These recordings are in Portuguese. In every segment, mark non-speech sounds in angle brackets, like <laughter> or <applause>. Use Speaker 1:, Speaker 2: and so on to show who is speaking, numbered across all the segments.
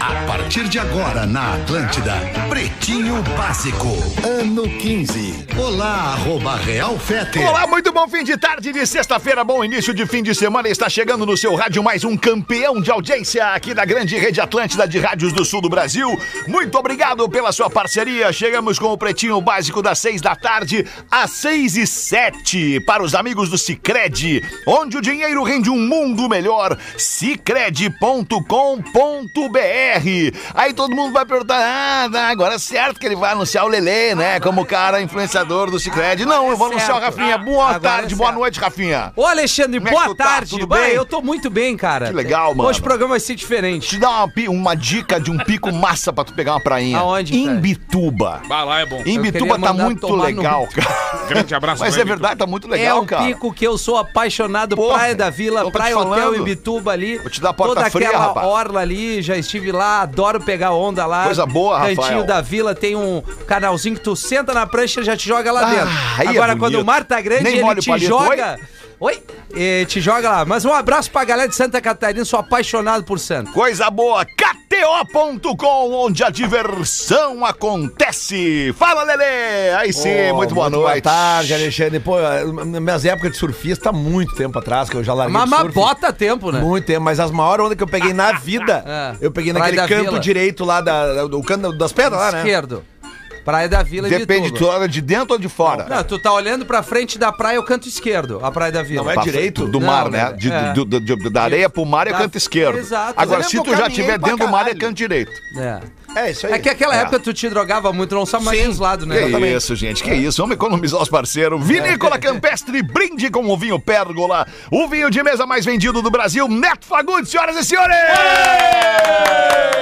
Speaker 1: A partir de agora na Atlântida, Pretinho Básico, ano 15. Olá, arroba Real Fete.
Speaker 2: Olá, muito bom fim de tarde de sexta-feira, bom início de fim de semana. Está chegando no seu rádio mais um campeão de audiência aqui da grande rede Atlântida de rádios do sul do Brasil. Muito obrigado pela sua parceria. Chegamos com o Pretinho Básico das seis da tarde às seis e sete para os amigos do Cicred, onde o dinheiro rende um mundo melhor. Cicred.com.br BR. Aí todo mundo vai perguntar: ah, tá, agora é certo que ele vai anunciar o Lele, né? Como cara influenciador do Cicred. Não, eu vou
Speaker 3: é
Speaker 2: anunciar o
Speaker 3: certo.
Speaker 2: Rafinha. Boa
Speaker 3: Agora é
Speaker 2: tarde, boa
Speaker 3: certo.
Speaker 2: noite, Rafinha.
Speaker 3: Ô, Alexandre,
Speaker 2: Como é que
Speaker 3: boa
Speaker 2: tu tá?
Speaker 3: tarde.
Speaker 2: Tudo
Speaker 3: Bah,
Speaker 2: bem?
Speaker 3: eu tô muito bem, cara.
Speaker 2: Que legal, mano.
Speaker 3: Hoje o programa vai ser diferente.
Speaker 2: Te dar uma, pi- uma dica de um pico massa pra tu pegar uma prainha.
Speaker 3: Aonde, cara?
Speaker 2: Imbituba.
Speaker 4: Vai lá, é bom.
Speaker 2: Imbituba tá
Speaker 3: mandar
Speaker 2: muito
Speaker 3: tomar no-
Speaker 2: legal, cara.
Speaker 4: <laughs> Grande abraço
Speaker 2: Mas
Speaker 4: pra
Speaker 2: é
Speaker 4: Imbituba.
Speaker 2: verdade, tá muito
Speaker 3: É
Speaker 2: legal,
Speaker 3: um
Speaker 2: cara.
Speaker 3: pico que eu sou apaixonado,
Speaker 2: Porra,
Speaker 3: Praia da
Speaker 2: eu tô
Speaker 3: Vila,
Speaker 2: te
Speaker 3: Praia Hotel
Speaker 2: falando.
Speaker 3: Ibituba ali.
Speaker 2: Vou te dar a porta
Speaker 3: Toda
Speaker 2: fria,
Speaker 3: aquela
Speaker 2: rapaz.
Speaker 3: orla ali, já estive lá, adoro pegar onda lá.
Speaker 2: Coisa boa,
Speaker 3: Cantinho
Speaker 2: Rafael.
Speaker 3: da vila tem um canalzinho que tu senta na prancha e já te joga lá
Speaker 2: Ah,
Speaker 3: dentro.
Speaker 2: aí é
Speaker 3: Agora
Speaker 2: bonito.
Speaker 3: quando o mar tá grande,
Speaker 2: Nem molha
Speaker 3: ele
Speaker 2: o
Speaker 3: te
Speaker 2: palito,
Speaker 3: joga. Oi? Eh, te joga lá. Mas um abraço pra galera de Santa Catarina, sou apaixonado por Santa.
Speaker 2: Coisa boa, KTO.com, onde a diversão acontece. Fala, Lele! Aí sim,
Speaker 5: Ô,
Speaker 2: muito boa
Speaker 5: Boa
Speaker 2: noite.
Speaker 5: tarde, Alexandre. Pô, eu- minhas épocas de surfista, há muito tempo atrás, que eu já larguei
Speaker 2: é
Speaker 3: Mas,
Speaker 5: de
Speaker 3: mas
Speaker 5: surf.
Speaker 3: bota tempo, né?
Speaker 5: Muito tempo, mas as maiores ondas que eu peguei na vida,
Speaker 3: É.
Speaker 5: eu peguei
Speaker 3: Praia
Speaker 5: naquele
Speaker 3: da
Speaker 5: canto
Speaker 3: Vila.
Speaker 5: direito lá, da, da- do canto das pedras lá, né?
Speaker 3: Esquerdo. Praia da Vila e
Speaker 2: Depende,
Speaker 3: Bituba.
Speaker 2: tu olha de dentro ou de fora?
Speaker 3: Não, tu tá olhando pra frente da praia, o canto esquerdo, a praia da vila.
Speaker 5: Não é
Speaker 2: Pra-
Speaker 5: direito?
Speaker 2: Do
Speaker 3: Não,
Speaker 2: mar,
Speaker 3: né?
Speaker 2: né? De-
Speaker 3: É.
Speaker 2: do- do- do- da areia pro mar é
Speaker 3: Da-
Speaker 2: canto esquerdo.
Speaker 3: Exato.
Speaker 2: Agora,
Speaker 5: Eu
Speaker 2: se
Speaker 5: lembro,
Speaker 2: tu já
Speaker 5: eu
Speaker 2: estiver
Speaker 5: caminhei pra
Speaker 2: dentro do mar, é
Speaker 5: caralho.
Speaker 2: canto direito.
Speaker 3: É.
Speaker 5: É, isso aí.
Speaker 3: É que aquela
Speaker 2: É.
Speaker 3: época tu te drogava muito, não sabe mais
Speaker 5: Sim.
Speaker 3: nem os lados, né?
Speaker 2: Que isso, gente, que isso. Vamos economizar os parceiros.
Speaker 3: É. <laughs>
Speaker 2: Vinícola Campestre, brinde com o vinho Pérgola. O vinho de mesa mais vendido do Brasil, Neto Fagundes, senhoras e senhores!
Speaker 3: É,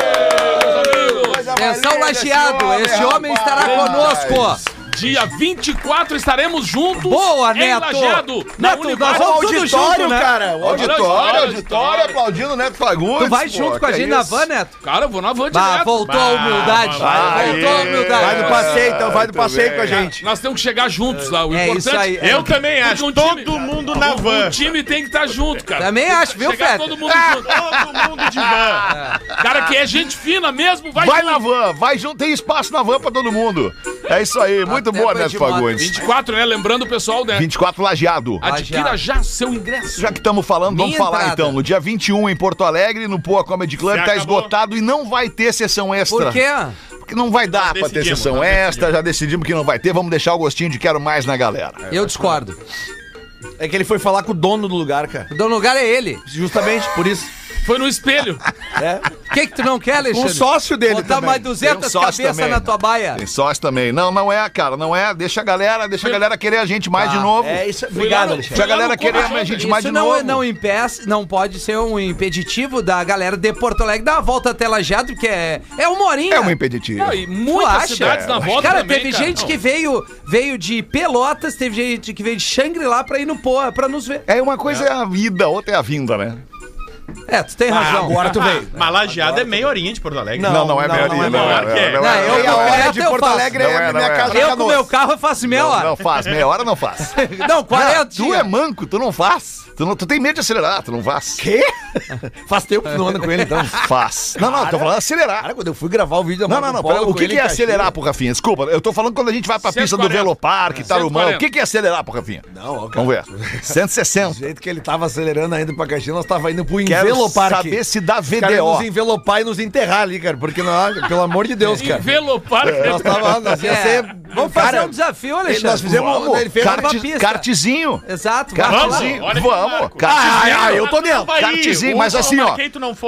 Speaker 3: Atenção,
Speaker 2: Valeu,
Speaker 3: lajeado,
Speaker 2: esse
Speaker 3: esse homem
Speaker 2: homem,
Speaker 3: estará
Speaker 2: rapaz.
Speaker 3: conosco.
Speaker 4: Dia 24 estaremos juntos.
Speaker 3: Boa,
Speaker 4: em
Speaker 3: Neto.
Speaker 4: Lajeado, na
Speaker 3: Neto,
Speaker 4: Univasf.
Speaker 3: nós vamos tudo junto, né?
Speaker 5: cara. O audi-
Speaker 2: Auditório,
Speaker 4: Auditório,
Speaker 2: auditório, aplaudindo o Neto Fagundes.
Speaker 3: Tu vai
Speaker 2: pô,
Speaker 3: junto com a
Speaker 2: que
Speaker 3: gente
Speaker 2: isso.
Speaker 3: na van, Neto?
Speaker 4: Cara, eu vou na van
Speaker 3: Bah,
Speaker 4: direto.
Speaker 3: voltou
Speaker 4: Bah,
Speaker 3: a humildade. voltou
Speaker 4: bah, bah.
Speaker 3: a
Speaker 2: Aê.
Speaker 5: Vai
Speaker 3: humildade.
Speaker 5: no passeio, então. Vai no
Speaker 2: Muito
Speaker 5: passeio
Speaker 2: bem.
Speaker 5: com a gente.
Speaker 4: Nós temos que chegar juntos lá. O
Speaker 3: É,
Speaker 4: importante
Speaker 3: isso aí.
Speaker 4: Eu também acho. todo mundo na van. O time tem que estar junto, cara.
Speaker 3: Também acho, viu,
Speaker 4: chegar
Speaker 3: Feta?
Speaker 4: todo mundo junto. Ah, todo mundo de van. <laughs> Cara que é gente fina mesmo, vai, um-
Speaker 2: Vai
Speaker 4: junto.
Speaker 2: na van, vai junto, tem espaço na van pra todo mundo. É isso aí, muito
Speaker 3: Até
Speaker 2: boa,
Speaker 3: pra
Speaker 2: Neto
Speaker 3: de moto.
Speaker 2: Fagundes.
Speaker 4: 24, né? Lembrando o pessoal, né?
Speaker 2: 24 lajeado.
Speaker 4: Adquira
Speaker 3: Lajeado.
Speaker 4: já seu ingresso.
Speaker 2: Já que estamos falando,
Speaker 3: Minha
Speaker 2: vamos falar
Speaker 3: entrada.
Speaker 2: então. No dia 21 em Porto Alegre, no Poa Comedy Club,
Speaker 4: Já
Speaker 2: tá
Speaker 4: acabou?
Speaker 2: esgotado e não vai ter sessão extra.
Speaker 3: Por quê?
Speaker 2: Porque não vai dar pra ter
Speaker 4: decidimos,
Speaker 2: sessão
Speaker 4: já
Speaker 2: extra, já decidimos que não vai ter, vamos deixar o gostinho de quero mais na galera.
Speaker 3: Eu discordo.
Speaker 5: É que ele foi falar com o dono do lugar, cara.
Speaker 3: O dono do lugar é ele.
Speaker 5: Justamente por isso.
Speaker 4: Foi
Speaker 3: <laughs>
Speaker 4: no espelho.
Speaker 5: né?
Speaker 3: O que que tu não
Speaker 2: Um
Speaker 3: quer,
Speaker 5: Com
Speaker 3: Alexandre?
Speaker 5: o sócio dele
Speaker 3: Botar
Speaker 5: também.
Speaker 3: mais
Speaker 2: Tem um
Speaker 3: 200
Speaker 2: sócio
Speaker 3: cabeças
Speaker 2: também.
Speaker 3: na tua baia.
Speaker 2: Tem sócio também. Não, não é, cara, não é. Deixa a galera, deixa a galera querer a gente mais
Speaker 3: Tá,
Speaker 2: de novo.
Speaker 5: É isso.
Speaker 4: Fui lá
Speaker 5: Obrigado,
Speaker 4: no-
Speaker 5: Alexandre.
Speaker 2: Deixa a
Speaker 4: fui lá no
Speaker 2: galera querer
Speaker 4: Comedy.
Speaker 2: a gente
Speaker 3: Isso
Speaker 2: mais de
Speaker 3: não, é
Speaker 2: novo. É
Speaker 3: não impece, não pode ser um impeditivo da galera de Porto Alegre dar uma volta até Lajeado, que é, é uma horinha.
Speaker 2: É um impeditivo.
Speaker 4: Não, e
Speaker 3: Tu
Speaker 4: muitas
Speaker 3: acha?
Speaker 4: cidades na volta
Speaker 3: Cara,
Speaker 4: também,
Speaker 3: teve
Speaker 4: cara.
Speaker 3: gente
Speaker 4: Não.
Speaker 3: que veio, veio de Pelotas, teve gente que veio de Xangri-Lá pra ir no Poa, pra nos ver.
Speaker 2: É uma coisa é a vida, outra é a vinda, né?
Speaker 3: É, tu tem
Speaker 4: Ah,
Speaker 3: razão.
Speaker 5: Agora tu veio.
Speaker 6: Malageada é meia horinha de Porto Alegre.
Speaker 2: Não, não é meia horinha,
Speaker 5: é
Speaker 2: não
Speaker 5: meia
Speaker 2: é,
Speaker 5: hora.
Speaker 2: não é,
Speaker 6: Não,
Speaker 2: não é,
Speaker 3: eu-
Speaker 2: não é.
Speaker 5: Meia
Speaker 3: eu-
Speaker 5: hora
Speaker 3: eu-
Speaker 5: de
Speaker 3: eu
Speaker 5: Porto
Speaker 3: faço.
Speaker 5: Alegre
Speaker 2: Não é,
Speaker 5: é
Speaker 2: não é.
Speaker 5: minha casa de
Speaker 3: <laughs> Eu com
Speaker 5: Canoas.
Speaker 3: meu carro eu faço meia hora.
Speaker 2: Não faz, meia hora não faz.
Speaker 3: Não, 40.
Speaker 2: Tu é manco, tu não faz. Tu, não, tu tem medo de acelerar, tu não faz.
Speaker 5: Quê? <laughs> Faz tempo que não anda com ele, então.
Speaker 2: <laughs> Faz. Não, não, tô falando acelerar.
Speaker 5: Cara, quando eu fui gravar o vídeo da
Speaker 2: Não,
Speaker 5: Marco
Speaker 2: não, não.
Speaker 5: Polo
Speaker 2: pera, o
Speaker 5: com
Speaker 2: que,
Speaker 5: ele
Speaker 2: que é
Speaker 5: em Caxias-
Speaker 2: acelerar pro Rafinha? Desculpa, eu tô falando quando a gente vai pra pista do
Speaker 4: 140.
Speaker 2: Velopark, Tarumã. O
Speaker 4: 140.
Speaker 2: que, que é acelerar pro Rafinha?
Speaker 5: Não, ó, cara. <laughs>
Speaker 2: Vamos ver.
Speaker 5: Do
Speaker 2: 160.
Speaker 5: jeito que ele tava acelerando ainda pra Caxias, nós tava indo pro
Speaker 2: Quero
Speaker 5: enveloparque.
Speaker 2: saber se dá
Speaker 5: Os caras iam nos
Speaker 2: VDO.
Speaker 5: envelopar e nos enterrar ali, cara. Porque, nós, pelo amor de Deus, cara.
Speaker 4: Envelopar.
Speaker 5: Nós tava, nós ia
Speaker 3: É.
Speaker 5: ser...
Speaker 3: Vamos fazer um desafio, Alexandre.
Speaker 5: nós fizemos-
Speaker 2: Vamos,
Speaker 5: Ele fez uma
Speaker 2: kart-
Speaker 3: pista.
Speaker 2: kartzinho.
Speaker 3: Exato, vamos lá.
Speaker 2: Kartzinho,
Speaker 4: Olha que
Speaker 2: vamos.
Speaker 4: marco.
Speaker 2: Kartzinho.
Speaker 5: Ah, eu tô dentro. um
Speaker 2: Kartzinho, mas assim, ó.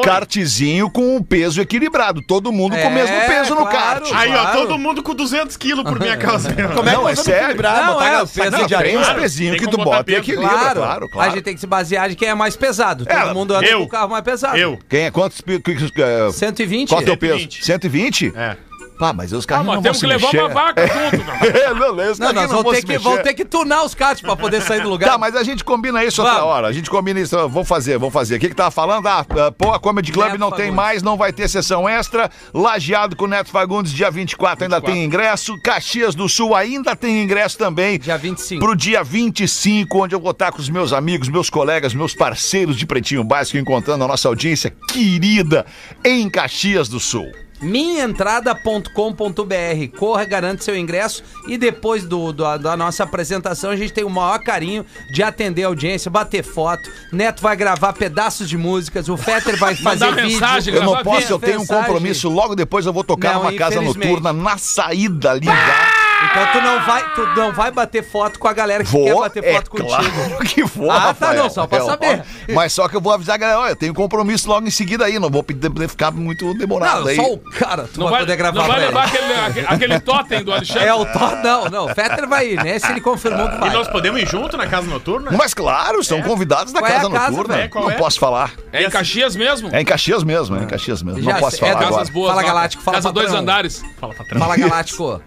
Speaker 2: Kartzinho com um peso equilibrado. Todo mundo com o mesmo
Speaker 3: É,
Speaker 2: peso no
Speaker 3: claro.
Speaker 2: kart.
Speaker 6: Aí, ó,
Speaker 3: Claro.
Speaker 6: todo mundo com 200 quilos
Speaker 4: <laughs>
Speaker 6: por minha causa.
Speaker 5: Ah, Como é que
Speaker 2: Não, é
Speaker 5: nós vamos
Speaker 2: sério.
Speaker 5: equilibrar?
Speaker 3: Não,
Speaker 5: botar
Speaker 3: é,
Speaker 5: a
Speaker 3: o peso
Speaker 5: saca de
Speaker 3: de
Speaker 2: Tem
Speaker 5: areia?
Speaker 2: uns
Speaker 4: Claro,
Speaker 2: pezinhos
Speaker 4: tem
Speaker 2: que tu
Speaker 4: como
Speaker 2: bota
Speaker 4: botar
Speaker 2: e
Speaker 4: peso.
Speaker 2: equilibra,
Speaker 3: Claro.
Speaker 2: é claro, claro.
Speaker 3: A gente tem que se basear de quem é mais pesado. Todo
Speaker 2: É,
Speaker 3: mundo anda
Speaker 6: eu.
Speaker 3: com o carro mais pesado.
Speaker 6: Eu.
Speaker 2: Quem é? Quantos... pi- que- que- que-
Speaker 3: 120?
Speaker 2: Qual é o teu
Speaker 6: 120.
Speaker 2: peso? 120?
Speaker 6: É.
Speaker 2: Pá, mas os
Speaker 4: Ah,
Speaker 2: carrinhos
Speaker 4: mas
Speaker 2: não vão
Speaker 4: temos
Speaker 2: se
Speaker 4: que levar
Speaker 2: mexer.
Speaker 4: uma vaca
Speaker 3: <laughs>
Speaker 4: junto, cara.
Speaker 2: É, <laughs> não, não, os
Speaker 3: Não, nós
Speaker 2: carrinhos não
Speaker 3: vamos
Speaker 2: vão
Speaker 3: ter,
Speaker 2: se
Speaker 3: que, vamos
Speaker 2: mexer.
Speaker 3: ter que tunar os carros pra poder sair do lugar.
Speaker 2: Tá, mas a gente combina isso outra
Speaker 3: Vamos.
Speaker 2: hora. A gente combina isso. Vamos fazer, vamos fazer. O que que tava falando? Ah, ah, pô, a Comedy Club
Speaker 3: Neto
Speaker 2: não tem
Speaker 3: Fagundes.
Speaker 2: mais, não vai ter sessão extra. Lajeado com o Neto Fagundes, dia 24, ainda tem ingresso. Caxias do Sul ainda tem ingresso também.
Speaker 3: Dia 25.
Speaker 2: Pro dia 25, onde eu vou estar com os meus amigos, meus colegas, meus parceiros de Pretinho Básico, encontrando a nossa audiência querida em Caxias do Sul.
Speaker 3: minhaentrada.com.br. Corra, garante seu ingresso e depois do, do- da nossa apresentação a gente tem o maior carinho de atender a audiência, bater foto. Neto vai gravar pedaços de músicas, o Fetter
Speaker 4: <laughs>
Speaker 3: vai fazer
Speaker 4: Mandar
Speaker 3: vídeo.
Speaker 4: mensagem,
Speaker 2: Eu
Speaker 4: gravar
Speaker 2: não posso, eu tenho um
Speaker 3: mensagem.
Speaker 2: compromisso. Logo depois eu vou tocar
Speaker 3: Não,
Speaker 2: numa casa
Speaker 3: infelizmente.
Speaker 2: noturna na saída ali. já.
Speaker 3: Então tu não vai, tu não vai bater foto com a galera que
Speaker 2: Vou,
Speaker 3: quer bater
Speaker 2: é
Speaker 3: foto contigo.
Speaker 2: claro que vou,
Speaker 3: Ah, tá,
Speaker 2: Rafael.
Speaker 3: não, só pra
Speaker 2: É, ó,
Speaker 3: saber.
Speaker 2: Mas só que eu vou avisar a galera, olha, eu tenho compromisso logo em seguida aí, não vou pedir- poder ficar muito demorado
Speaker 3: Não,
Speaker 2: aí.
Speaker 3: só o cara tu
Speaker 4: Não
Speaker 3: vai
Speaker 4: vai,
Speaker 3: poder gravar.
Speaker 4: não vai
Speaker 3: pra ele.
Speaker 4: levar aquele, aquele, aquele totem do Alexandre.
Speaker 3: É o Tó, não, não. O Fetter vai ir, né? Se ele confirmou que
Speaker 6: E
Speaker 3: vai.
Speaker 6: nós podemos ir junto na casa noturna?
Speaker 2: Mas claro, são convidados da
Speaker 3: Qual é a
Speaker 2: casa,
Speaker 3: casa,
Speaker 2: noturna.
Speaker 3: velho?
Speaker 6: Qual
Speaker 2: não
Speaker 6: é?
Speaker 2: posso falar.
Speaker 4: É em Caxias mesmo?
Speaker 2: É em Caxias mesmo, é em Caxias mesmo.
Speaker 3: Já
Speaker 2: não posso
Speaker 3: sei, é
Speaker 2: falar
Speaker 3: da-
Speaker 2: agora.
Speaker 4: Casas boas.
Speaker 3: Fala,
Speaker 4: lá,
Speaker 3: Galáctico, fala,
Speaker 4: Casa dois
Speaker 3: patrão.
Speaker 4: andares. Fala, patrão.
Speaker 3: Fala, Galáctico.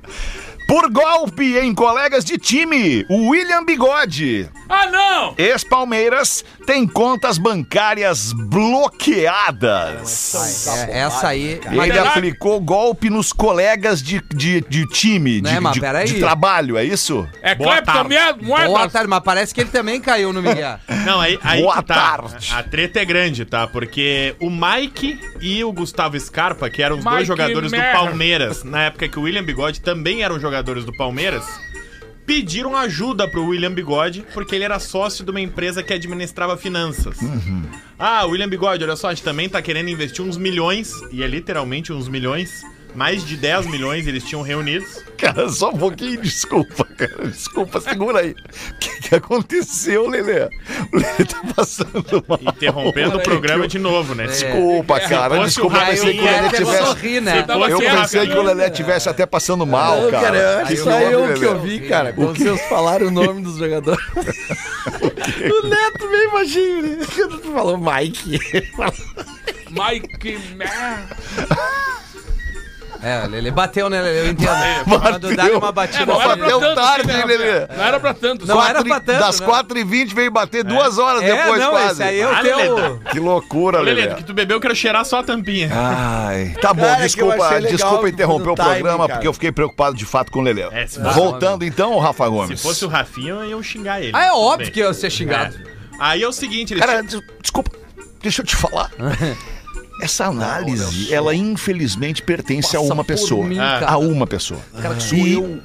Speaker 2: Por golpe em colegas de time, o William Bigode,
Speaker 4: Ah, não!
Speaker 2: ex-Palmeiras, tem contas bancárias bloqueadas.
Speaker 3: É, essa aí.
Speaker 2: Ele
Speaker 4: Será?
Speaker 2: aplicou golpe nos colegas de, de, de time,
Speaker 3: Né,
Speaker 2: de,
Speaker 3: mas
Speaker 2: de-
Speaker 3: peraí.
Speaker 2: de trabalho, é isso?
Speaker 4: É
Speaker 6: Boa tarde.
Speaker 4: Cleptomia
Speaker 3: Boa
Speaker 4: Moedas.
Speaker 3: tarde, mas parece que ele também caiu no Miguel.
Speaker 6: Não, aí, aí
Speaker 2: Boa
Speaker 6: que tá.
Speaker 2: tarde.
Speaker 6: A treta é grande, tá? Porque o Mike e o Gustavo Scarpa, que eram os
Speaker 4: Mike
Speaker 6: dois jogadores
Speaker 4: Mer-
Speaker 6: do Palmeiras, na época que o William Bigode também eram jogadores do Palmeiras, pediram ajuda pro William Bigode, porque ele era sócio de uma empresa que administrava finanças.
Speaker 2: Uhum.
Speaker 6: Ah, William Bigode, olha só, a gente também tá querendo investir uns milhões, e é literalmente uns milhões, mais de 10 milhões eles tinham reunidos.
Speaker 2: Cara, só um pouquinho, desculpa, cara. Desculpa, segura aí. O que, que aconteceu, Lelê? O Lelê tá passando mal. <laughs>
Speaker 6: Interrompendo o programa de novo,
Speaker 2: É.
Speaker 6: né?
Speaker 2: Desculpa, cara.
Speaker 6: fosse
Speaker 2: Desculpa,
Speaker 6: o
Speaker 2: eu
Speaker 6: Raio
Speaker 2: pensei que o Lelê
Speaker 6: Neto, eu
Speaker 2: tivesse.
Speaker 3: sorri, né?
Speaker 4: Tava
Speaker 2: Eu
Speaker 4: certo,
Speaker 2: pensei
Speaker 4: né?
Speaker 2: que o Lelê tivesse até passando mal,
Speaker 5: Não, cara,
Speaker 2: cara.
Speaker 5: antes
Speaker 3: Aí eu
Speaker 5: só
Speaker 3: não
Speaker 5: eu
Speaker 3: ouvi,
Speaker 5: que eu
Speaker 3: Lelê.
Speaker 5: vi, cara. Quando vocês falaram o nome dos jogadores. o Neto bem baixinho, né? Quando tu falou Mike.
Speaker 4: Mike Mer-
Speaker 3: É, ele bateu, né, Lele? Eu entendo. Quando dá
Speaker 2: bateu.
Speaker 3: uma batida.
Speaker 4: É, não era pra
Speaker 2: Bateu
Speaker 4: tanto,
Speaker 2: tarde,
Speaker 4: assim, né,
Speaker 2: Lelê?
Speaker 4: Rafael? Não era pra tanto.
Speaker 3: Não
Speaker 4: só-
Speaker 3: era pra tanto,
Speaker 2: das
Speaker 3: né?
Speaker 2: 4h20 veio bater duas horas
Speaker 3: É,
Speaker 2: depois,
Speaker 3: não,
Speaker 2: quase.
Speaker 3: esse aí eu
Speaker 6: Ah,
Speaker 3: tenho.
Speaker 6: Lelê.
Speaker 2: Que loucura,
Speaker 6: Lelê,
Speaker 2: Lelê.
Speaker 6: do que tu bebeu, eu quero cheirar só a tampinha.
Speaker 2: Ai, tá bom,
Speaker 5: Cara, que eu
Speaker 2: desculpa,
Speaker 5: achei legal
Speaker 2: desculpa interromper
Speaker 5: do
Speaker 2: o programa,
Speaker 5: timing, cara.
Speaker 2: porque eu fiquei preocupado de fato com o Lelê.
Speaker 6: É, se fosse-
Speaker 2: Voltando então, Rafa
Speaker 6: Se
Speaker 2: Gomes.
Speaker 6: fosse o Rafinha, eu ia xingar ele.
Speaker 3: Ah, é
Speaker 6: Tudo
Speaker 3: óbvio
Speaker 6: bem.
Speaker 3: que eu ia ser xingado.
Speaker 6: É. Aí é o seguinte, eles
Speaker 2: Cara, des- desculpa, deixa eu te
Speaker 3: <laughs>
Speaker 2: falar. Essa análise, ela infelizmente pertence a
Speaker 3: Passa
Speaker 2: uma
Speaker 3: por
Speaker 2: pessoa.
Speaker 3: mim,
Speaker 2: Ah.
Speaker 3: cara.
Speaker 2: a uma pessoa. e eu.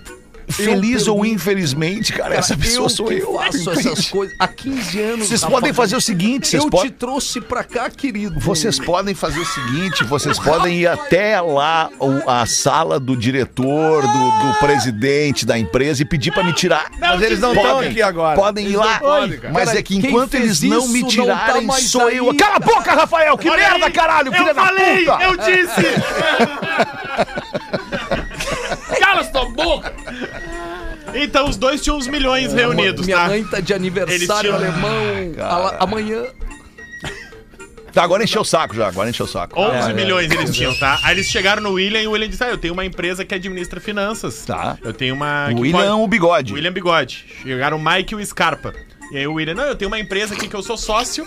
Speaker 2: Feliz ou infelizmente, cara, essa pessoa sou eu.
Speaker 3: faço essas coisas há 15 anos.
Speaker 2: Vocês
Speaker 3: Rafa.
Speaker 2: podem fazer o seguinte, vocês
Speaker 3: Eu
Speaker 2: podem.
Speaker 3: te trouxe pra cá, querido.
Speaker 2: Vocês podem fazer o seguinte, vocês podem ir até lá o- a sala do diretor, do, do presidente da empresa e pedir pra me tirar.
Speaker 5: Mas eles não estão aqui agora.
Speaker 2: Podem ir lá, mas
Speaker 3: Cara,
Speaker 2: é que
Speaker 3: quem
Speaker 2: enquanto
Speaker 3: fez
Speaker 2: eles não
Speaker 3: isso
Speaker 2: me
Speaker 3: não tá
Speaker 2: tirarem,
Speaker 3: mais
Speaker 2: sou
Speaker 3: aí,
Speaker 2: eu. Cala a boca, Rafael! Que
Speaker 6: Olha
Speaker 2: merda,
Speaker 6: aí,
Speaker 2: caralho! Filha da
Speaker 6: falei,
Speaker 2: puta!
Speaker 6: eu disse!
Speaker 4: Cala sua boca!
Speaker 6: então os dois tinham uns milhões reunidos,
Speaker 3: Minha
Speaker 6: tá?
Speaker 3: mãe tá de
Speaker 6: Eles
Speaker 3: aniversário
Speaker 6: tiram-
Speaker 3: alemão. Ala- Amanhã.
Speaker 2: Tá, agora encheu o saco já, agora encheu o saco.
Speaker 6: 11 milhões eles tinham, tá? Aí eles chegaram no William e o William disse: Ah, eu tenho uma empresa que administra finanças.
Speaker 2: Tá.
Speaker 6: Eu tenho uma.
Speaker 2: O
Speaker 6: que
Speaker 2: William
Speaker 6: pode-
Speaker 2: o bigode.
Speaker 6: O William Bigode. Chegaram o Mike e o Scarpa. E aí o William, não, eu tenho uma empresa aqui que eu sou sócio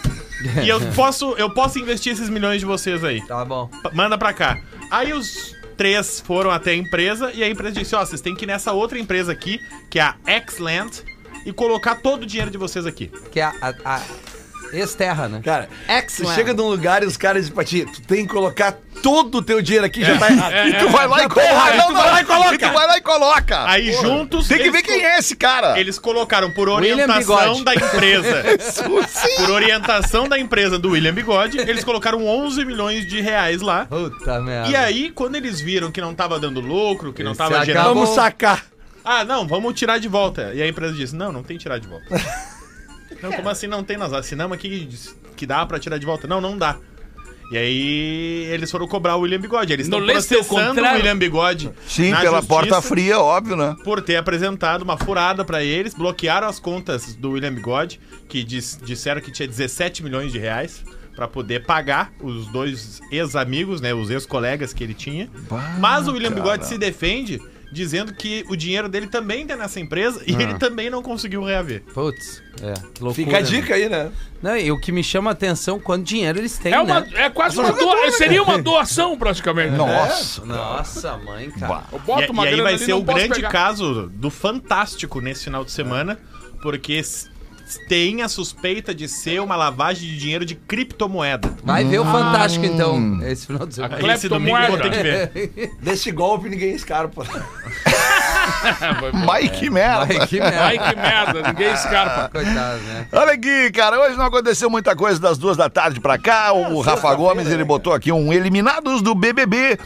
Speaker 6: e eu posso, eu posso investir esses milhões de vocês aí.
Speaker 3: Tá bom.
Speaker 6: P- manda pra cá. Aí os três foram até a empresa e a empresa disse: Ó, vocês têm que ir nessa outra empresa aqui, que é a Xland, e colocar todo o dinheiro de vocês aqui.
Speaker 2: Tá
Speaker 3: Que é a, a, a ex-terra, né?
Speaker 5: Cara, tu
Speaker 3: Excellent.
Speaker 5: chega num lugar e os caras dizem pra ti, tu tem que colocar todo o teu dinheiro aqui, já tá errado.
Speaker 2: E tu vai lá e coloca.
Speaker 5: não,
Speaker 2: E tu vai lá e coloca. E tu vai lá e coloca.
Speaker 6: Aí juntos.
Speaker 2: Tem que
Speaker 6: eles
Speaker 2: ver quem é esse cara.
Speaker 6: Eles colocaram por
Speaker 3: William Bigode.
Speaker 6: orientação da empresa.
Speaker 2: <laughs>
Speaker 6: por orientação da empresa do William Bigode, eles colocaram 11 milhões de reais lá.
Speaker 3: Puta merda.
Speaker 6: E aí, quando eles viram que não tava dando lucro, que não
Speaker 3: Esse
Speaker 6: tava
Speaker 3: acabou.
Speaker 6: gerando.
Speaker 5: Vamos sacar.
Speaker 6: Ah, não, vamos tirar de volta. E a empresa disse: não, não tem tirar de
Speaker 4: <laughs>
Speaker 6: volta. não, como assim não tem? Nós assinamos aqui que- que dá pra tirar de volta. Não, não dá. E aí eles foram cobrar o William Bigode. Eles
Speaker 4: No
Speaker 6: estão
Speaker 4: leste é o
Speaker 6: processando o
Speaker 4: contrário.
Speaker 6: William Bigode.
Speaker 2: Sim,
Speaker 6: na
Speaker 2: pela
Speaker 6: justiça
Speaker 2: porta fria, óbvio, né?
Speaker 6: Por ter apresentado uma furada pra eles, bloquearam as contas do William Bigode, que dis- disseram que tinha 17 milhões de reais. pra poder pagar os dois ex-amigos, né, os ex-colegas que ele tinha. Mas o William Bigode se defende dizendo que o dinheiro dele também tá nessa empresa e ele também não conseguiu reaver.
Speaker 3: Putz, é, que loucura.
Speaker 5: Fica a dica aí, né?
Speaker 3: né? Não, e o que me chama a atenção, quanto dinheiro eles têm,
Speaker 4: É, uma,
Speaker 3: né?
Speaker 4: é quase uma doação. Seria uma doação, praticamente.
Speaker 2: Nossa.
Speaker 3: Nossa, mãe, cara.
Speaker 4: Eu
Speaker 6: E,
Speaker 4: boto uma
Speaker 6: e aí
Speaker 4: grana
Speaker 6: vai
Speaker 4: ali,
Speaker 6: ser
Speaker 4: não
Speaker 6: o
Speaker 4: posso
Speaker 6: grande
Speaker 4: pegar.
Speaker 6: caso do Fantástico nesse final de semana, porque s- tem a suspeita de ser uma lavagem de dinheiro de criptomoeda.
Speaker 3: Vai ver o Fantástico, então,
Speaker 2: Hum.
Speaker 3: esse final de semana.
Speaker 4: Aquele-
Speaker 6: Esse domingo eu vou ter que ver.
Speaker 3: <laughs> Ai,
Speaker 5: Desse golpe ninguém escarpa.
Speaker 2: Mas que merda.
Speaker 3: que
Speaker 4: Ai,
Speaker 3: merda.
Speaker 4: que merda, ninguém
Speaker 5: Ah,
Speaker 4: escarpa.
Speaker 3: Coitado, né?
Speaker 2: Olha aqui, cara, hoje não aconteceu muita coisa das duas da tarde pra cá. O Rafa Gomes, ele botou aqui um eliminados do BBB.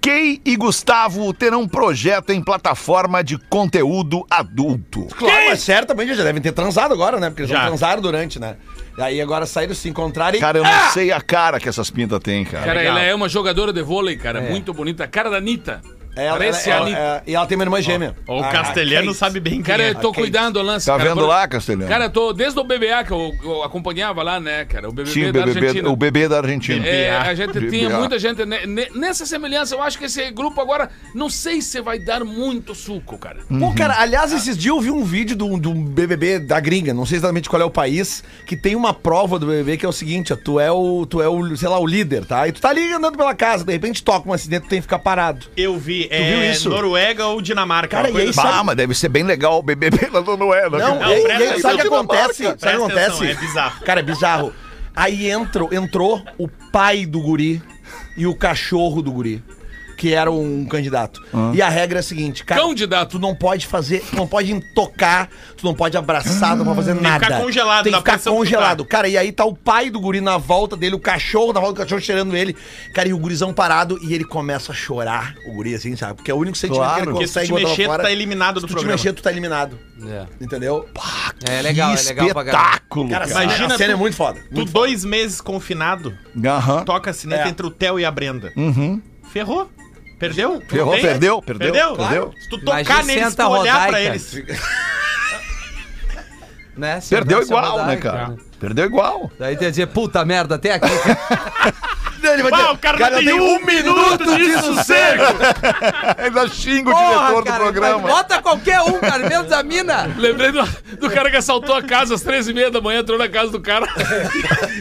Speaker 2: Kay e Gustavo terão projeto em plataforma de conteúdo adulto.
Speaker 5: Claro, mas certamente já devem ter transado agora, né? Porque eles
Speaker 6: Já.
Speaker 5: não transaram durante, né? E aí agora saíram se encontrarem.
Speaker 2: Cara, eu não sei a cara que essas pintas têm, cara.
Speaker 4: Cara,
Speaker 6: legal.
Speaker 4: ela é uma jogadora de vôlei, cara. Muito bonita. A cara da Anitta.
Speaker 5: É. ela,
Speaker 4: Parece
Speaker 5: ela-
Speaker 4: a Anitta.
Speaker 5: é, e ela tem uma irmã gêmea.
Speaker 6: Ó, O
Speaker 5: A- a
Speaker 6: castelhano
Speaker 5: Kate.
Speaker 6: sabe bem
Speaker 4: Cara,
Speaker 6: Ah, quem é.
Speaker 4: eu tô cuidando o lance.
Speaker 2: Tá
Speaker 4: cara,
Speaker 2: vendo
Speaker 4: por-
Speaker 2: lá, Castelhano?
Speaker 4: Cara, eu tô desde o BBA que eu, eu acompanhava lá, né, cara? O BBB
Speaker 2: Sim, o
Speaker 4: da
Speaker 2: bebê,
Speaker 4: Argentina.
Speaker 2: o bebê da Argentina.
Speaker 4: É, a
Speaker 2: BBA.
Speaker 4: gente tinha muita gente ne- ne- nessa semelhança. Eu acho que esse grupo agora, não sei se vai dar muito suco, cara.
Speaker 6: Uhum.
Speaker 5: Pô, cara, aliás, esses dias eu vi um vídeo do, do BBB da gringa, não sei exatamente qual é o país, que tem uma prova do BBB que é o seguinte, ó, tu é o, tu é o, sei lá, o líder, tá? E tu tá ali andando pela casa, de repente toca um acidente, tu tem que ficar parado.
Speaker 6: Eu vi,
Speaker 5: viu
Speaker 6: é
Speaker 5: isso?
Speaker 6: Noruega ou Dinamarca.
Speaker 5: Cara,
Speaker 6: uma
Speaker 5: e
Speaker 6: coisa
Speaker 5: aí,
Speaker 6: assim.
Speaker 2: Bah,
Speaker 5: sabe-
Speaker 2: mas deve ser bem legal o <laughs> BBB da Noruela.
Speaker 5: Não,
Speaker 6: Não,
Speaker 5: e aí-
Speaker 6: presta
Speaker 2: é
Speaker 5: e aí, sabe o que
Speaker 6: atenção,
Speaker 5: acontece? Sabe o que
Speaker 6: Presta atenção,
Speaker 5: acontece?
Speaker 6: é bizarro.
Speaker 5: Cara, é bizarro. Aí entrou, entrou o pai do guri e o cachorro do guri, que era um candidato. E a regra é a seguinte, cara, tu
Speaker 4: Candidato.
Speaker 5: não pode fazer, tu não pode tocar, tu não pode abraçar, tu não pode fazer nada.
Speaker 6: ficar congelado,
Speaker 5: tem
Speaker 6: na
Speaker 5: que ficar
Speaker 6: pressão que tu
Speaker 5: congelado. Cara, e aí tá o pai do guri na volta dele, o cachorro na volta do cachorro cheirando ele. Cara, e o gurizão parado e ele começa a chorar, o guri assim, sabe? Porque é o único sentimento
Speaker 2: Claro.
Speaker 5: que ele
Speaker 6: Porque se
Speaker 5: consegue
Speaker 6: te
Speaker 5: botar pra
Speaker 6: mexer, tu
Speaker 5: fora. é
Speaker 6: tá eliminado do
Speaker 5: Se tu te
Speaker 6: programa.
Speaker 5: mexer, tu tá eliminado. Entendeu?
Speaker 3: É legal, é legal pra caramba.
Speaker 2: Espetáculo,
Speaker 5: Cara,
Speaker 2: cara.
Speaker 5: a
Speaker 6: imagina
Speaker 5: cena- a cena
Speaker 6: tu-
Speaker 5: é muito foda.
Speaker 6: Tu dois meses confinado,
Speaker 2: Aham.
Speaker 6: toca a sineta
Speaker 5: É. Uhum.
Speaker 6: entre o Theo e a Brenda. Ferrou. Perdeu? Não
Speaker 2: Ferrou,
Speaker 6: tem?
Speaker 2: perdeu, perdeu, perdeu.
Speaker 6: Se tu
Speaker 3: Imagina,
Speaker 6: tocar neles, tu
Speaker 3: senta,
Speaker 6: olhar
Speaker 3: rodar,
Speaker 6: pra
Speaker 3: cara.
Speaker 6: eles.
Speaker 3: Né? Se
Speaker 2: Perdeu
Speaker 3: abraça,
Speaker 2: igual,
Speaker 3: rodar,
Speaker 2: né, cara? Perdeu igual.
Speaker 3: Daí tem que dizer, puta merda, até aqui.
Speaker 5: Ele vai
Speaker 6: Pau, o cara, não tem um minuto de sossego.
Speaker 2: <laughs> Ainda xinga o
Speaker 3: Porra,
Speaker 2: diretor
Speaker 3: cara,
Speaker 2: do programa.
Speaker 3: Bota qualquer um, cara, menos a mina.
Speaker 4: Lembrei do, do cara que assaltou a casa às três e meia da manhã, entrou na casa do cara.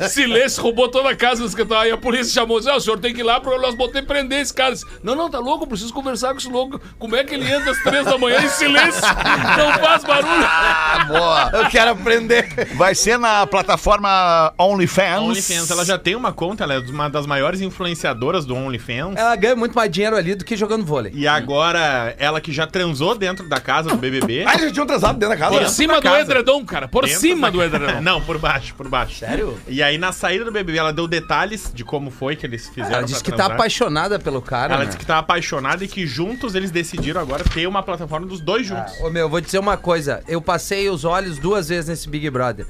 Speaker 4: Silêncio, roubou toda a casa no escritório. Aí a polícia chamou e disse: "Ah, o senhor tem que ir lá pra nós botar e prender esse cara. Disse, não, não, tá louco, eu preciso conversar com esse louco. Como é que ele entra às três da manhã em silêncio? Não faz barulho.
Speaker 2: Ah, boa.
Speaker 5: Eu quero aprender.
Speaker 2: Vai ser na plataforma OnlyFans.
Speaker 5: um
Speaker 6: A OnlyFans, ela já tem uma conta, ela é uma das maiores influenciadoras do
Speaker 5: É.
Speaker 6: OnlyFans.
Speaker 3: Ela ganha muito mais dinheiro ali do que jogando vôlei.
Speaker 6: E agora, ela que já transou dentro da casa do BBB.
Speaker 5: Ah, eles já tinham transado dentro da casa.
Speaker 4: Por
Speaker 5: né?
Speaker 4: cima do
Speaker 6: casa.
Speaker 4: edredom, cara. Por
Speaker 6: Dentro
Speaker 4: cima
Speaker 6: da-
Speaker 4: do edredom.
Speaker 6: <laughs> Não, por baixo, por baixo.
Speaker 3: Sério?
Speaker 6: E aí, na saída do BBB, ela deu detalhes de como foi que eles fizeram.
Speaker 3: Ela
Speaker 6: pra
Speaker 3: diz que tá
Speaker 6: transar.
Speaker 3: apaixonada pelo cara.
Speaker 6: né? Ela
Speaker 3: né?
Speaker 6: disse que tá apaixonada e que juntos eles decidiram agora ter uma plataforma dos dois juntos.
Speaker 3: Ô meu, eu vou dizer uma coisa. Eu passei os olhos duas vezes nesse Big Brother.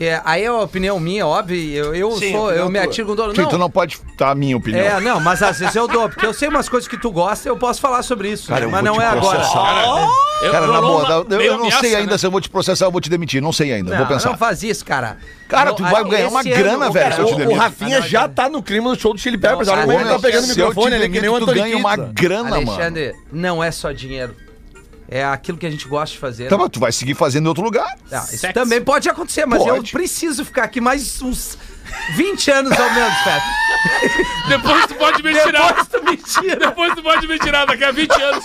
Speaker 3: É, aí é a opinião minha, óbvio. Eu, eu
Speaker 5: Sim,
Speaker 3: sou,
Speaker 5: opinião
Speaker 3: eu me
Speaker 5: tua.
Speaker 3: atiro com dono.
Speaker 2: Que tu não pode. Tá, a minha opinião.
Speaker 3: É, não, mas às vezes eu dou, porque eu sei umas coisas que tu gosta, eu posso falar sobre isso.
Speaker 2: Cara,
Speaker 3: né?
Speaker 2: eu
Speaker 3: mas
Speaker 2: vou
Speaker 3: não
Speaker 2: te
Speaker 3: é agora.
Speaker 2: processar.
Speaker 4: Eu-
Speaker 2: Cara, na
Speaker 4: rolou
Speaker 2: boa,
Speaker 4: uma-
Speaker 2: eu- eu,
Speaker 4: meio
Speaker 2: não
Speaker 4: ameaça,
Speaker 2: sei ainda
Speaker 4: né?
Speaker 2: se eu vou te processar ou vou te demitir. Não sei ainda.
Speaker 3: Não,
Speaker 2: vou pensar.
Speaker 3: não faz isso, cara.
Speaker 2: Cara,
Speaker 3: No-
Speaker 2: tu vai
Speaker 3: a-
Speaker 2: ganhar uma
Speaker 3: esse
Speaker 2: grana,
Speaker 3: ano,
Speaker 2: velho,
Speaker 3: cara,
Speaker 2: se eu
Speaker 5: é
Speaker 2: te
Speaker 3: o-
Speaker 5: O, o
Speaker 2: demito.
Speaker 5: Rafinha já tá no clima do show do Chili Peppers.
Speaker 3: Não,
Speaker 5: Olha como
Speaker 3: cara,
Speaker 5: ele tá pegando o
Speaker 2: se eu
Speaker 5: microfone
Speaker 2: te
Speaker 5: ali, que nem o
Speaker 2: demito, tu
Speaker 5: Antônio
Speaker 2: ganha uma
Speaker 5: Kidd.
Speaker 2: grana, mano.
Speaker 3: Alexandre, não é só dinheiro. É aquilo que a gente gosta de fazer.
Speaker 2: Tá, mas tu vai seguir fazendo em outro lugar.
Speaker 3: Não, isso
Speaker 6: Sexo.
Speaker 3: também pode acontecer, mas
Speaker 2: Pode.
Speaker 3: eu preciso ficar aqui mais uns 20 anos ao menos, Pepe.
Speaker 4: Depois tu pode me tirar. Depois tu me tira. Depois tu pode me tirar daqui a 20 anos.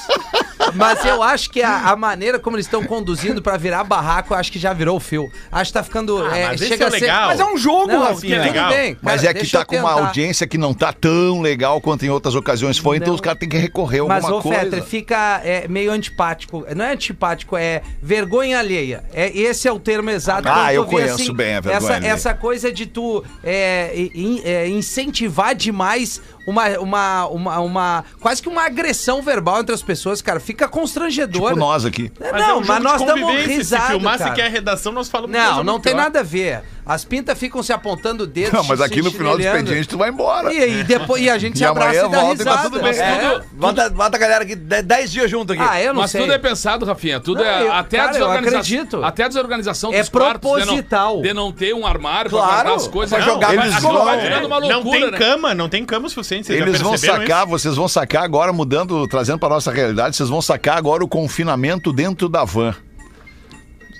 Speaker 3: Mas eu acho que a, a maneira como eles estão conduzindo pra virar barraco, eu acho que já virou o fio. Acho que tá ficando. é,
Speaker 6: mas esse
Speaker 3: chega
Speaker 6: é
Speaker 3: a ser...
Speaker 6: legal.
Speaker 3: Mas é um
Speaker 5: jogo,
Speaker 3: jogo,
Speaker 5: Rafinha.
Speaker 3: Rafinha.
Speaker 6: legal.
Speaker 3: Cara,
Speaker 2: Mas é que
Speaker 3: deixa
Speaker 2: tá
Speaker 3: eu
Speaker 2: com uma
Speaker 3: tentar.
Speaker 2: audiência que não tá tão legal quanto em outras ocasiões foi, então
Speaker 3: Não.
Speaker 2: os caras têm que recorrer a
Speaker 3: Mas,
Speaker 2: alguma
Speaker 3: ô
Speaker 2: coisa.
Speaker 3: Fetter, fica é, meio antipático. Não é antipático, é vergonha alheia. É, esse é o termo exato.
Speaker 2: Ah,
Speaker 3: Quando tu
Speaker 2: eu
Speaker 3: vê, assim,
Speaker 2: conheço bem a vergonha
Speaker 3: essa,
Speaker 2: alheia.
Speaker 3: essa coisa de tu é, in- é, incentivar demais uma, uma, uma, uma- Quase que uma agressão verbal entre as pessoas, cara. Fica constrangedor. É,
Speaker 2: Tipo nós aqui.
Speaker 3: Não, mas,
Speaker 6: é um jogo de
Speaker 3: nós damos
Speaker 6: convivência.
Speaker 3: risada.
Speaker 6: Se filmasse
Speaker 3: cara.
Speaker 6: que é a redação, nós falamos
Speaker 3: Não,
Speaker 6: coisa
Speaker 3: não
Speaker 6: muito
Speaker 3: tem
Speaker 6: pior.
Speaker 3: nada a ver. As pintas ficam se apontando o dedo.
Speaker 2: Não, <laughs> mas aqui
Speaker 3: se
Speaker 2: no final do
Speaker 3: chinelhando.
Speaker 2: expediente tu vai embora.
Speaker 3: E, e depois, e a gente se
Speaker 2: E amanhã
Speaker 3: abraça e dá
Speaker 2: volta e tá
Speaker 3: risada.
Speaker 2: tudo bem.
Speaker 3: É.
Speaker 7: Bota, bota a galera aqui 10 dias junto aqui.
Speaker 3: Ah, eu não
Speaker 4: Mas
Speaker 3: sei.
Speaker 4: tudo é pensado, Rafinha. Tudo
Speaker 3: Não,
Speaker 4: é.
Speaker 3: eu-
Speaker 4: até, a
Speaker 3: cara, eu
Speaker 4: desorganiza-
Speaker 3: acredito.
Speaker 4: até a desorganização
Speaker 3: É
Speaker 4: dos quartos, de não-
Speaker 3: proposital.
Speaker 4: De não, ter um armário pra
Speaker 7: Claro,
Speaker 4: guardar as coisas.
Speaker 5: pra
Speaker 4: Não,
Speaker 5: jogar
Speaker 4: vai-
Speaker 2: eles
Speaker 4: aquilo vai
Speaker 2: colocam.
Speaker 4: virando uma
Speaker 6: não tem
Speaker 4: loucura, né?
Speaker 6: cama, não tem cama o suficiente. Vocês já
Speaker 2: Eles vão
Speaker 6: perceberam
Speaker 2: sacar,
Speaker 6: isso?
Speaker 2: vocês vão sacar agora, mudando, trazendo pra nossa realidade, vocês vão sacar agora o confinamento dentro da van.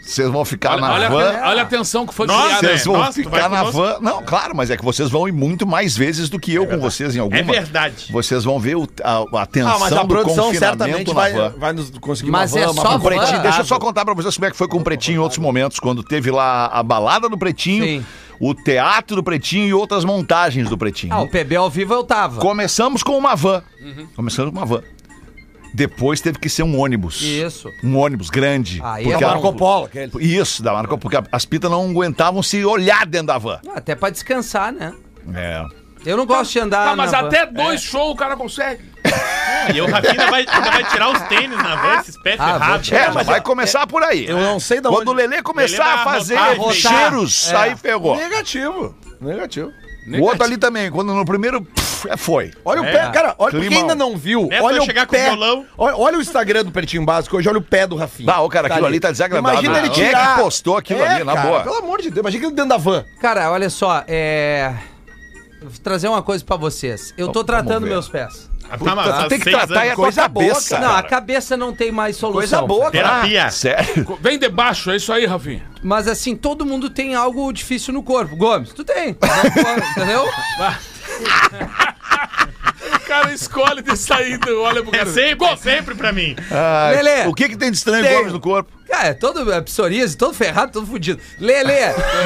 Speaker 2: Vocês vão ficar
Speaker 4: Olha,
Speaker 2: na
Speaker 4: olha a
Speaker 2: van.
Speaker 4: ten- olha a tensão que foi
Speaker 6: Nossa,
Speaker 4: criada.
Speaker 2: Vocês
Speaker 6: né?
Speaker 2: vão
Speaker 6: Nossa, tu
Speaker 2: ficar
Speaker 6: vai
Speaker 2: na
Speaker 6: conosco?
Speaker 2: van. Não, claro, mas é que vocês vão ir muito mais vezes do que eu com vocês em alguma.
Speaker 6: É verdade.
Speaker 2: Vocês vão ver o- a, a tensão
Speaker 5: Ah, mas a
Speaker 2: do
Speaker 5: produção
Speaker 2: confinamento
Speaker 5: certamente
Speaker 2: na
Speaker 5: vai,
Speaker 2: van.
Speaker 5: vai nos conseguir
Speaker 3: Mas é só
Speaker 2: O Pretinho,
Speaker 3: van.
Speaker 2: deixa eu só contar pra vocês como é que foi com o Pretinho em outros momentos, quando teve lá a balada do Pretinho,
Speaker 3: Sim.
Speaker 2: o teatro do Pretinho e outras montagens do Pretinho.
Speaker 3: Ah, o PB ao vivo eu tava.
Speaker 2: Começamos com uma van. Começamos com uma van. Depois teve que ser um ônibus.
Speaker 3: Isso.
Speaker 2: Um ônibus grande.
Speaker 3: Aí
Speaker 2: porque
Speaker 3: é
Speaker 2: a-
Speaker 3: Marco
Speaker 5: Polo, aquele.
Speaker 2: Isso, da Marco, porque as pitas não aguentavam se olhar dentro da van.
Speaker 3: Até pra descansar, né?
Speaker 2: É.
Speaker 3: Eu não gosto de andar.
Speaker 4: Tá, mas
Speaker 3: na van.
Speaker 4: até dois shows o cara consegue.
Speaker 6: É. E o Rafinha ainda vai, ainda vai tirar os tênis na van, esses pés
Speaker 3: Ah, vou
Speaker 6: ferrados. né?
Speaker 2: É, mas vai começar por aí.
Speaker 5: Eu não sei da
Speaker 2: Quando o
Speaker 5: onde.
Speaker 2: Lelê começar
Speaker 6: Lelê vai
Speaker 2: a fazer
Speaker 6: arrotar, vai
Speaker 2: cheiros,
Speaker 3: fechar.
Speaker 2: aí ferrou.
Speaker 5: Negativo. Negativo.
Speaker 2: O outro ali também, quando no primeiro, pff, é, foi.
Speaker 5: Olha o
Speaker 6: É.
Speaker 5: pé, cara, olha,
Speaker 2: Climão. Né,
Speaker 5: quem ainda não viu,
Speaker 6: Neto vai
Speaker 5: olha o
Speaker 6: chegar com
Speaker 5: pé.
Speaker 6: o violão.
Speaker 5: Olha, olha o Instagram do Pretinho Básico hoje, olha o pé do Rafinha.
Speaker 2: Não, ô, cara, aquilo ali tá desagradável.
Speaker 5: Imagina ele
Speaker 2: Quem é que
Speaker 5: tirar. É,
Speaker 2: postou aquilo ali, na boa?
Speaker 5: Pelo amor de Deus, imagina aquilo dentro da van.
Speaker 3: Cara, olha só, é. Vou trazer uma coisa pra vocês. Eu tô tratando
Speaker 2: ver.
Speaker 3: meus pés.
Speaker 6: Tá, mas há
Speaker 2: tem que
Speaker 6: seis
Speaker 2: tratar
Speaker 6: anos.
Speaker 2: é com a
Speaker 5: Coisa boa,
Speaker 2: cabeça.
Speaker 3: não, a cabeça não tem mais solução.
Speaker 5: Coisa boa, cara.
Speaker 6: Terapia.
Speaker 2: Ah, Sério?
Speaker 4: Vem de baixo, é isso aí, Rafinha.
Speaker 3: Mas assim, todo mundo tem algo difícil no corpo. Gomes, tu tem. <laughs> Entendeu?
Speaker 4: O cara escolhe de saída, olha pro
Speaker 6: É
Speaker 4: cara.
Speaker 6: sempre, é sempre pra mim.
Speaker 2: Ai,
Speaker 3: Lelê.
Speaker 2: O que que tem de estranho
Speaker 3: Tem.
Speaker 2: Gomes no corpo?
Speaker 3: Cara, é todo é psoríase, todo ferrado, todo fudido. Lele,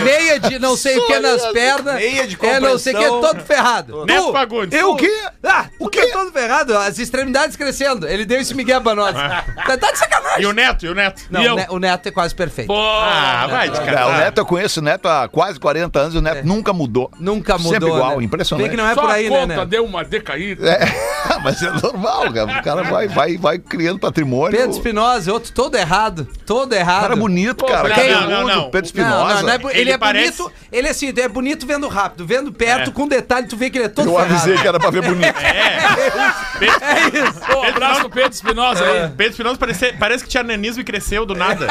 Speaker 3: meia de não sei o que nas pernas.
Speaker 7: Meia de
Speaker 3: É não sei o que, é
Speaker 7: compressão.
Speaker 3: todo ferrado.
Speaker 6: Neto Fagundes.
Speaker 3: Eu o quê? Ah, o quê? Todo ferrado, as extremidades crescendo. Ele deu esse migué pra nós. tá, tá de sacanagem.
Speaker 6: Ah, E o Neto, e o Neto.
Speaker 3: Não,
Speaker 6: E eu?
Speaker 3: o Ne- o Neto é quase perfeito.
Speaker 4: Pô,
Speaker 6: Ah, vai de
Speaker 2: Cara, o
Speaker 6: cara.
Speaker 2: Neto, eu conheço o Neto há quase 40 anos e o Neto nunca mudou.
Speaker 3: Nunca mudou.
Speaker 2: Sempre igual,
Speaker 3: né?
Speaker 2: impressionante.
Speaker 3: Vê que não é
Speaker 4: Só
Speaker 3: por
Speaker 4: a
Speaker 3: aí, né,
Speaker 4: conta
Speaker 3: né?
Speaker 4: deu uma decaída.
Speaker 2: <laughs> É, mas é normal, cara. O cara vai, vai, vai criando patrimônio.
Speaker 3: Pedro Espinosa, outro todo errado. Todo errado.
Speaker 2: cara bonito, cara.
Speaker 6: não,
Speaker 2: Cara
Speaker 6: não, não,
Speaker 2: peludo,
Speaker 6: não.
Speaker 2: Pedro
Speaker 3: Não,
Speaker 2: Espinosa.
Speaker 3: não, não é bo- ele,
Speaker 6: Ele
Speaker 3: é
Speaker 6: parece-
Speaker 3: bonito. Ele é assim, é bonito vendo rápido, vendo perto,
Speaker 6: É.
Speaker 3: com detalhe, tu vê que ele é todo
Speaker 2: Eu
Speaker 3: ferrado.
Speaker 2: avisei que era pra ver bonito.
Speaker 3: É isso.
Speaker 4: Pô, Um abraço pro Pedro Espinosa aí.
Speaker 6: Ah, Pedro Espinosa parece, parece que tinha nanismo e cresceu do nada.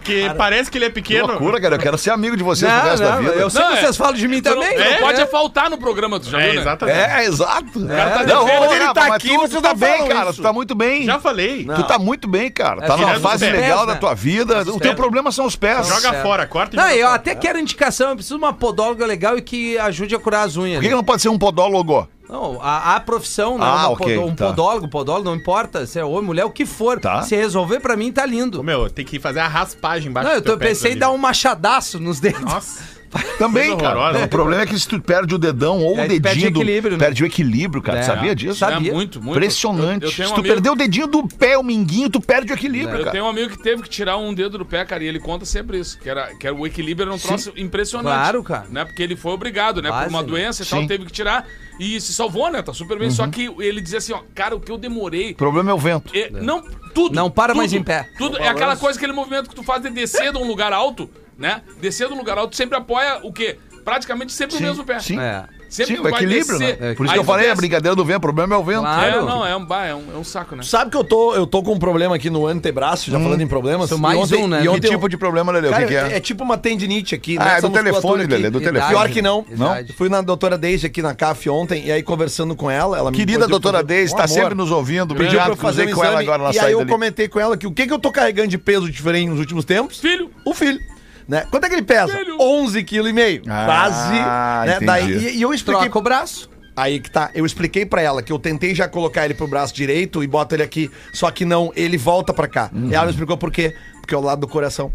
Speaker 6: Porque parece que ele é
Speaker 2: Que
Speaker 6: pequeno.
Speaker 2: loucura, cara. Eu quero ser amigo de vocês pro
Speaker 3: Não,
Speaker 2: resto da
Speaker 3: não,
Speaker 2: vida.
Speaker 3: eu sei
Speaker 4: Não,
Speaker 3: que
Speaker 4: é-
Speaker 3: vocês falam de mim
Speaker 4: Tu não,
Speaker 3: também.
Speaker 4: tu não pode é faltar no programa, tu já
Speaker 6: É,
Speaker 4: viu, né?
Speaker 6: exatamente.
Speaker 2: É, exato. O
Speaker 4: cara tá defendendo.
Speaker 2: defendendo.
Speaker 4: Quando
Speaker 5: ele tá aqui,
Speaker 2: tu,
Speaker 5: vocês
Speaker 2: tu
Speaker 5: não
Speaker 2: tá bem,
Speaker 5: falam
Speaker 2: cara.
Speaker 5: isso.
Speaker 2: Tu tá muito bem.
Speaker 6: Já falei.
Speaker 2: Tu tá muito bem, cara. Tá
Speaker 6: tirando
Speaker 2: numa
Speaker 6: os
Speaker 2: fase
Speaker 6: pés,
Speaker 2: legal
Speaker 3: né?
Speaker 2: da tua vida. O teu
Speaker 3: pés.
Speaker 2: problema são os pés.
Speaker 6: Joga
Speaker 3: certo.
Speaker 6: fora, corta e
Speaker 3: Não,
Speaker 6: joga
Speaker 3: eu
Speaker 6: fora.
Speaker 3: até quero indicação, eu preciso de uma podóloga legal e que ajude a curar as unhas.
Speaker 2: Por que que
Speaker 3: né?
Speaker 2: não pode ser um podólogo?
Speaker 3: Não, a, a profissão, né?
Speaker 2: Ah,
Speaker 3: uma
Speaker 2: ok,
Speaker 3: podo- um
Speaker 2: tá.
Speaker 3: podólogo, podólogo, não importa se é homem, mulher, o que for.
Speaker 2: Tá.
Speaker 3: Se resolver pra mim, tá lindo.
Speaker 6: Ô, Meu, tem é que fazer a raspagem embaixo
Speaker 3: Não, eu
Speaker 6: do teu
Speaker 3: tô-
Speaker 6: pé,
Speaker 3: pensei em
Speaker 6: Danilo. Ah,
Speaker 3: dar um machadaço nos dedos.
Speaker 6: Nossa.
Speaker 2: Também,
Speaker 6: Coisa
Speaker 2: cara.
Speaker 6: horrorosa.
Speaker 2: O problema é que se tu perde o dedão ou
Speaker 3: É,
Speaker 2: o
Speaker 3: tu
Speaker 2: dedinho.
Speaker 3: perde o
Speaker 2: do-
Speaker 3: equilíbrio, né?
Speaker 2: Perde o equilíbrio, cara.
Speaker 3: É.
Speaker 2: Sabia disso?
Speaker 3: Sabe. Sabia.
Speaker 4: É, muito, muito.
Speaker 2: Impressionante.
Speaker 4: Eu, eu tenho
Speaker 2: Se
Speaker 4: um
Speaker 2: tu
Speaker 4: amigo-
Speaker 2: perder o dedinho do pé, o minguinho, tu perde o equilíbrio,
Speaker 4: Eu
Speaker 2: É, cara.
Speaker 4: tenho um amigo que teve que tirar um dedo do pé, cara, e ele conta sempre isso, que era, que era o equilíbrio era um troço impressionante.
Speaker 3: Claro, cara.
Speaker 4: Né? Porque ele foi obrigado, né?
Speaker 3: Quase,
Speaker 4: por uma
Speaker 3: né?
Speaker 4: doença e
Speaker 2: Sim.
Speaker 4: tal, teve que tirar. E se salvou, né? Tá super bem. Só que ele dizia assim, ó, cara, o que eu demorei.
Speaker 2: O problema é o vento.
Speaker 4: é, Não, tudo.
Speaker 3: Não para
Speaker 4: tudo,
Speaker 3: mais em pé.
Speaker 4: Tudo. É aquela coisa, aquele movimento que tu faz de descer de um lugar alto, né? Descer de um lugar alto sempre apoia o quê? Praticamente sempre o mesmo pé.
Speaker 2: Sim.
Speaker 3: É.
Speaker 4: Sempre
Speaker 2: Sim,
Speaker 4: tu
Speaker 2: o
Speaker 4: vai
Speaker 2: equilíbrio,
Speaker 4: descer.
Speaker 2: né? Por isso
Speaker 4: Aí
Speaker 2: que eu
Speaker 4: tu
Speaker 2: falei, a
Speaker 4: desce.
Speaker 2: brincadeira do vento, o problema é o vento.
Speaker 3: Claro.
Speaker 4: É, não, é um, bah, é um, é um saco, né?
Speaker 5: Sabe que eu tô, eu tô com um problema aqui no antebraço, já
Speaker 2: Hum.
Speaker 5: falando em problemas.
Speaker 3: Isso, mais
Speaker 5: E ontem-
Speaker 3: um, né?
Speaker 5: E
Speaker 3: Que
Speaker 2: Que
Speaker 5: ontem,
Speaker 2: tipo de problema, Lelê? O
Speaker 5: Cara,
Speaker 2: que, que
Speaker 5: é?
Speaker 2: é?
Speaker 5: tipo uma tendinite aqui.
Speaker 2: Ah, é
Speaker 5: nessa
Speaker 2: do telefone,
Speaker 5: musculatura aqui.
Speaker 2: Lelê, do telefone.
Speaker 5: Pior que não.
Speaker 3: Não?
Speaker 5: Eu Fui na doutora Deise aqui na CAF ontem, e aí conversando com ela, ela me
Speaker 2: Querida
Speaker 5: pediu
Speaker 2: doutora
Speaker 5: pra fazer-
Speaker 2: Deise,
Speaker 5: um
Speaker 2: tá
Speaker 5: amor.
Speaker 2: sempre nos ouvindo.
Speaker 5: Pediu pra
Speaker 2: Obrigado,
Speaker 5: eu fazer
Speaker 2: cruzei
Speaker 5: um
Speaker 2: com ela
Speaker 5: exame,
Speaker 2: agora na
Speaker 5: E aí
Speaker 2: saída
Speaker 5: eu
Speaker 2: ali.
Speaker 5: comentei com ela que o que, que eu tô carregando de peso diferente nos últimos tempos?
Speaker 4: Filho.
Speaker 5: O filho. Né? Quanto é que ele pesa?
Speaker 4: Filho.
Speaker 5: 11,5 kg.
Speaker 2: Ah,
Speaker 5: Quase. Né?
Speaker 2: entendi.
Speaker 5: Daí, e, e eu expliquei
Speaker 3: Troca o braço.
Speaker 5: Aí que tá. Eu expliquei pra ela que eu tentei já colocar ele pro braço direito e boto ele aqui, só que não, ele volta pra cá.
Speaker 2: Uhum.
Speaker 5: E ela me explicou por quê? Porque é o lado do coração.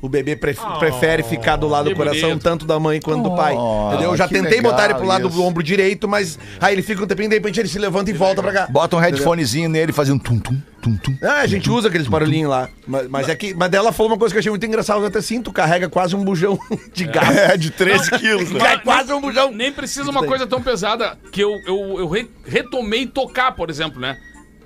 Speaker 5: O bebê pref- prefere ficar do lado do
Speaker 4: que
Speaker 5: coração,
Speaker 4: bonito.
Speaker 5: tanto da mãe quanto do pai.
Speaker 2: Oh,
Speaker 5: Entendeu? Eu já
Speaker 2: que
Speaker 5: tentei botar ele
Speaker 2: legal
Speaker 5: pro lado
Speaker 2: isso.
Speaker 5: do ombro direito, mas aí ele fica um tempinho, de repente ele se levanta e volta pra cá.
Speaker 2: Bota um headphonezinho nele um fazendo tum-tum, tum-tum.
Speaker 5: Ah, a gente usa aqueles barulhinhos lá. Mas, mas é que. Mas dela falou uma coisa que eu achei muito engraçada. Eu até sinto, carrega quase um bujão <laughs> de gás.
Speaker 2: É, de 13
Speaker 5: <laughs>
Speaker 2: quilos, né?
Speaker 4: Mas
Speaker 5: É quase um bujão.
Speaker 4: Nem precisa uma coisa tão pesada que eu, eu, eu re- retomei tocar, por exemplo, né?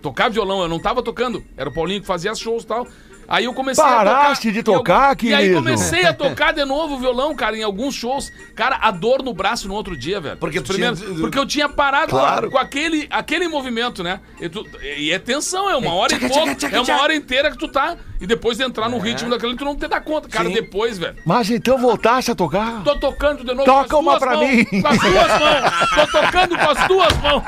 Speaker 4: Tocar violão, eu não tava tocando. Era o Paulinho que fazia shows e tal. Aí eu comecei
Speaker 2: Paraste
Speaker 4: a tocar.
Speaker 2: de tocar,
Speaker 4: em algum- E aí
Speaker 2: querido?
Speaker 4: comecei a tocar de novo o violão, cara, em alguns shows. Cara, a dor no braço no outro dia, velho.
Speaker 7: Porque tu
Speaker 4: Primeiro,
Speaker 7: tinha-
Speaker 4: Porque eu tinha parado
Speaker 7: Claro.
Speaker 4: com aquele, aquele movimento, né? E, tu- e é tensão, é uma hora e pouco, é uma hora inteira que tu tá. E depois de entrar no ritmo daquele, tu não te dá conta. Cara, depois, velho.
Speaker 2: Mas então voltasse a tocar?
Speaker 4: Tô tocando de novo
Speaker 2: Toca
Speaker 4: com as
Speaker 2: uma
Speaker 4: duas
Speaker 2: pra
Speaker 4: mãos,
Speaker 2: mim.
Speaker 4: Com as duas mãos. Tô tocando com as duas mãos.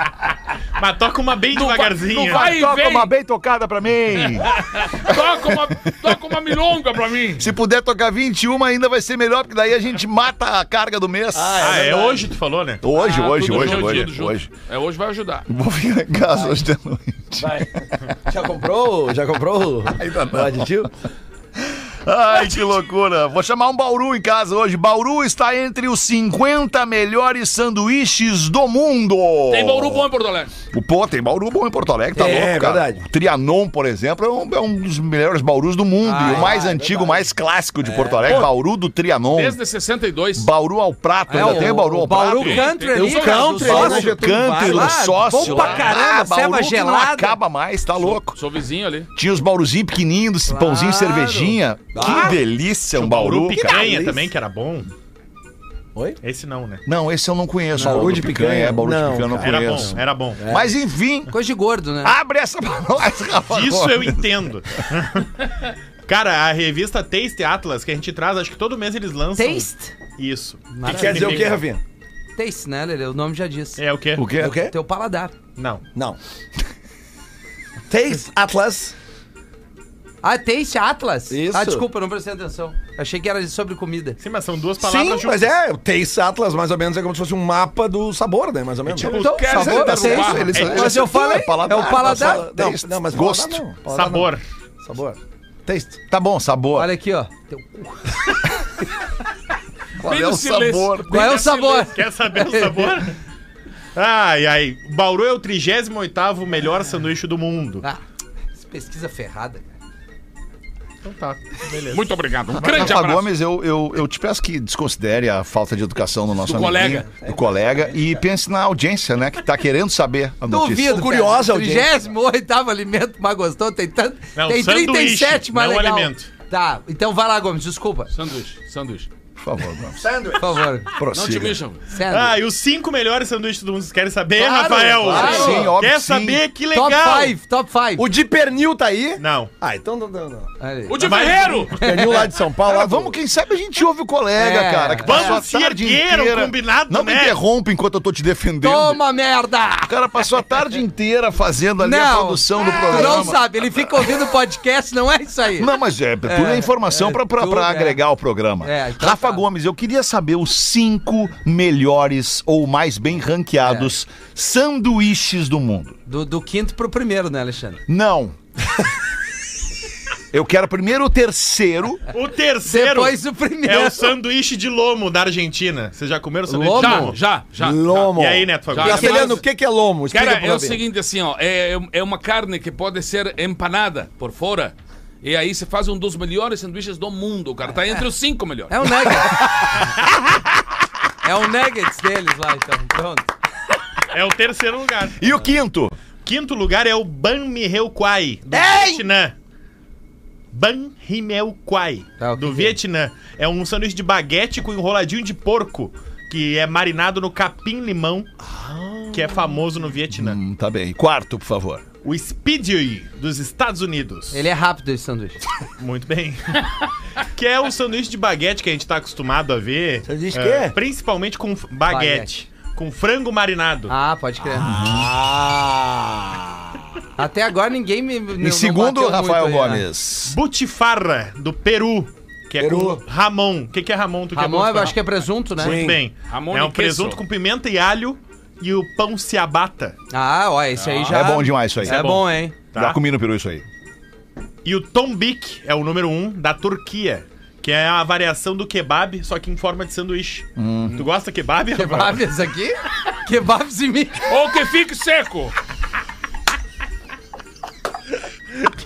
Speaker 6: Mas toca uma bem
Speaker 4: Não vai-
Speaker 6: devagarzinha.
Speaker 4: não vai- Aí
Speaker 2: Toca
Speaker 4: vem.
Speaker 2: uma bem tocada pra mim.
Speaker 4: Toca uma, toca uma milonga pra mim.
Speaker 2: <laughs> Se puder tocar 21, ainda vai ser melhor, porque daí a gente mata a carga do mês.
Speaker 6: Ah, é hoje tu falou, né?
Speaker 2: Hoje,
Speaker 4: Ah,
Speaker 2: hoje,
Speaker 4: tudo
Speaker 2: hoje,
Speaker 4: junto,
Speaker 2: hoje,
Speaker 4: tudo
Speaker 2: hoje,
Speaker 4: junto. É, hoje vai ajudar.
Speaker 2: Vou vir em casa hoje de noite.
Speaker 5: Já comprou? Já comprou? Ainda não. Aditivo?
Speaker 2: Ai, que loucura. Vou chamar um Bauru em casa hoje. Bauru está entre os 50 melhores sanduíches do mundo.
Speaker 4: Tem Bauru bom em Porto Alegre.
Speaker 2: O Pô, tem Bauru bom em Porto Alegre, tá
Speaker 5: É,
Speaker 2: louco,
Speaker 5: é
Speaker 2: cara.
Speaker 5: verdade.
Speaker 2: O Trianon, por exemplo, é um, é um dos melhores Baurus do mundo.
Speaker 4: Ah, é
Speaker 2: e o mais antigo, mais clássico de Porto Alegre, Bauru do Trianon.
Speaker 4: Desde É, 62.
Speaker 2: Bauru ao prato, ainda tem Bauru ao prato.
Speaker 3: É, Bauru Country
Speaker 4: Eu
Speaker 3: ali,
Speaker 4: sou
Speaker 3: cara,
Speaker 4: country,
Speaker 3: do
Speaker 2: Bauru
Speaker 3: sócio.
Speaker 2: Getúlio Country, né?
Speaker 3: Vargas.
Speaker 2: o sócio.
Speaker 3: Bom pra
Speaker 2: lá.
Speaker 3: caramba,
Speaker 2: Ah, Bauru
Speaker 3: selva
Speaker 2: que não
Speaker 3: gelada.
Speaker 2: acaba mais, tá louco.
Speaker 4: Sou vizinho ali.
Speaker 2: Tinha os bauruzinhos pequenininhos, dos pãozinho e cervejinha.
Speaker 3: Claro.
Speaker 2: Que delícia um
Speaker 6: Bauru,
Speaker 2: Bauru, cara.
Speaker 6: picanha também, que era bom.
Speaker 5: Oi?
Speaker 6: Esse não, né?
Speaker 2: Não, esse eu não conheço.
Speaker 5: Bauru de picanha?
Speaker 2: É, Bauru
Speaker 5: Não,
Speaker 2: de picanha eu não
Speaker 6: Era
Speaker 2: conheço.
Speaker 6: bom, era bom.
Speaker 2: Mas enfim,
Speaker 3: Coisa de gordo, né?
Speaker 2: abre essa <laughs> palestra, Rafa.
Speaker 6: Isso é eu
Speaker 2: Gomes.
Speaker 6: entendo. <laughs> Cara, a revista Taste Atlas, que a gente traz, acho que todo mês eles lançam.
Speaker 3: Taste?
Speaker 6: Isso.
Speaker 3: Maravilha.
Speaker 5: Quer dizer o quê, Rafinha?
Speaker 3: Taste, né, Lele? O nome já diz.
Speaker 6: É o quê?
Speaker 2: O quê?
Speaker 5: O quê?
Speaker 3: Teu paladar.
Speaker 6: Não.
Speaker 5: Não. Taste Atlas.
Speaker 3: Ah, Taste Atlas?
Speaker 5: Isso.
Speaker 3: Ah, desculpa, não prestei atenção. Achei que era sobre comida.
Speaker 6: Sim, mas são duas
Speaker 5: Sim,
Speaker 6: palavras
Speaker 5: mas é, o Taste Atlas mais ou menos é como se fosse um mapa do sabor, né? Mais ou menos.
Speaker 6: tipo-
Speaker 3: Então,
Speaker 6: quer
Speaker 3: sabor,
Speaker 6: dizer,
Speaker 3: taste.
Speaker 6: derrubar.
Speaker 2: Tá Eles-
Speaker 6: É,
Speaker 2: eles
Speaker 3: mas eu
Speaker 2: acertaram,
Speaker 3: falei,
Speaker 2: é paladar,
Speaker 3: é o paladar.
Speaker 2: passa-
Speaker 5: Não,
Speaker 2: taste,
Speaker 5: não, mas
Speaker 2: gosto.
Speaker 5: paladar não, paladar
Speaker 6: Sabor.
Speaker 5: não. Sabor. Taste.
Speaker 2: Tá bom, sabor.
Speaker 3: Olha aqui, ó. Teu cu.
Speaker 2: Qual
Speaker 4: Bem
Speaker 2: é o
Speaker 4: do silêncio.
Speaker 2: sabor?
Speaker 3: Qual é o sabor?
Speaker 6: Quer saber o
Speaker 5: <laughs>
Speaker 6: sabor? Ai, ai. Bauru é o 38º melhor sanduíche do mundo.
Speaker 3: Ah, essa pesquisa ferrada, cara.
Speaker 6: Então tá, beleza.
Speaker 4: Muito obrigado. Um grande
Speaker 2: Rafa
Speaker 4: abraço.
Speaker 2: Gomes, eu, eu, eu te peço que desconsidere a falta de educação do nosso
Speaker 4: Do
Speaker 2: amiguinho, do colega, e pense na audiência, né, que tá querendo saber a notícia.
Speaker 3: Duvido.
Speaker 5: Curiosa
Speaker 3: cara.
Speaker 5: audiência.
Speaker 3: 38 alimento mais gostoso, tem tanto.
Speaker 6: Não,
Speaker 3: tem
Speaker 6: sanduíche,
Speaker 3: 37 mais
Speaker 6: não
Speaker 3: legal.
Speaker 6: alimento.
Speaker 3: Tá, então vai lá, Gomes, desculpa.
Speaker 4: Sanduíche, sanduíche.
Speaker 2: Por favor, Gomes,
Speaker 3: Por
Speaker 6: <laughs>
Speaker 3: favor.
Speaker 4: Não te
Speaker 2: prossiga.
Speaker 4: mexam.
Speaker 3: Sério.
Speaker 6: Ah, e os cinco melhores sanduíches do mundo, vocês querem saber,
Speaker 3: Claro,
Speaker 6: Rafael?
Speaker 3: claro.
Speaker 2: Sim, óbvio,
Speaker 6: Quer
Speaker 2: sim.
Speaker 6: saber? Que legal!
Speaker 3: top 5, top 5.
Speaker 5: O de pernil tá aí?
Speaker 6: Não.
Speaker 5: Ah, então não, não, não.
Speaker 4: O de
Speaker 6: Mas-
Speaker 4: Ferreiro!
Speaker 5: Pernil lá de São Paulo.
Speaker 2: Cara,
Speaker 5: lá do-
Speaker 2: vamos, quem sabe a gente ouve o colega,
Speaker 3: É.
Speaker 2: cara. Que
Speaker 6: Vamos
Speaker 2: passou a
Speaker 6: se
Speaker 2: tarde
Speaker 6: erguer,
Speaker 2: inteira.
Speaker 6: um combinado,
Speaker 2: Não me
Speaker 6: né?
Speaker 2: interrompa enquanto eu tô te defendendo.
Speaker 3: Toma merda!
Speaker 2: O cara passou a tarde inteira fazendo ali a produção do
Speaker 3: Tu
Speaker 2: programa.
Speaker 3: Ah, não sabe, ele fica ouvindo podcast, não é isso aí.
Speaker 2: Não, mas é, tudo é, informação
Speaker 3: é,
Speaker 2: pra, pra,
Speaker 3: tudo
Speaker 2: pra
Speaker 3: é.
Speaker 2: agregar ao programa.
Speaker 3: É, então
Speaker 2: Rafa
Speaker 3: tá.
Speaker 2: Gomes, eu queria saber os cinco melhores ou mais bem ranqueados
Speaker 3: É.
Speaker 2: sanduíches do mundo.
Speaker 3: Do, do quinto pro primeiro, né, Alexandre? <laughs>
Speaker 2: Não. eu quero primeiro o terceiro.
Speaker 6: O terceiro
Speaker 3: Depois o primeiro.
Speaker 6: é o sanduíche de lomo da Argentina. Vocês já comeram sanduíche de
Speaker 4: Já,
Speaker 6: lomo?
Speaker 4: Ah, já, já.
Speaker 5: Lomo.
Speaker 6: E aí, Neto Fagundes?
Speaker 4: Já.
Speaker 5: Castelhano, o que, que é lomo? Explica
Speaker 4: Cara,
Speaker 5: pra
Speaker 4: é o
Speaker 5: ver.
Speaker 4: seguinte assim, ó. É, é uma carne que pode ser empanada por fora. E aí você faz um dos melhores sanduíches do mundo, cara. Tá entre os cinco melhores.
Speaker 3: É o Nuggets. é o Nuggets deles lá, então. Pronto.
Speaker 6: É o terceiro lugar.
Speaker 2: E o quinto?
Speaker 6: Quinto lugar é o Ban Miheu Kwai, do Vietnã. Ban Himeu Kwai,
Speaker 3: Tá, o que
Speaker 6: do
Speaker 3: que é?
Speaker 6: Vietnã. É um sanduíche de baguete com enroladinho de porco, que é marinado no capim-limão, que é famoso no Vietnã.
Speaker 2: Hum, tá bem. Quarto, por favor.
Speaker 6: O Speedy, dos Estados Unidos.
Speaker 3: Ele é rápido esse sanduíche.
Speaker 6: Muito bem. <laughs> que é o sanduíche de baguete que a gente tá acostumado a ver.
Speaker 5: Sanduíche
Speaker 6: eh,
Speaker 5: quê?
Speaker 6: Principalmente com f- baguete. Com frango marinado.
Speaker 3: Ah, pode crer. Ah! Até agora ninguém me.
Speaker 2: Em segundo, Rafael
Speaker 3: né?
Speaker 2: Gomes.
Speaker 6: Butifarra, do Peru. Que é
Speaker 5: Peru.
Speaker 6: com Ramon. O que, que é Ramon? Tu
Speaker 3: Ramon, eu
Speaker 6: falar?
Speaker 3: acho que é presunto, né?
Speaker 6: Muito bem.
Speaker 4: Ramon
Speaker 6: é um
Speaker 4: de queso.
Speaker 6: presunto com pimenta e alho e o pão ciabatta.
Speaker 3: Ah, ó, esse aí já.
Speaker 2: É bom demais isso aí.
Speaker 3: É bom, hein?
Speaker 6: tá?
Speaker 2: Já comi no peru isso aí.
Speaker 6: E o tombik é o número um da Turquia. Que é a variação do kebab, só que em forma de sanduíche. Tu gosta de kebab? Rafael?
Speaker 3: Kebabs aqui? Kebabs em mim.
Speaker 4: Ou que fique seco.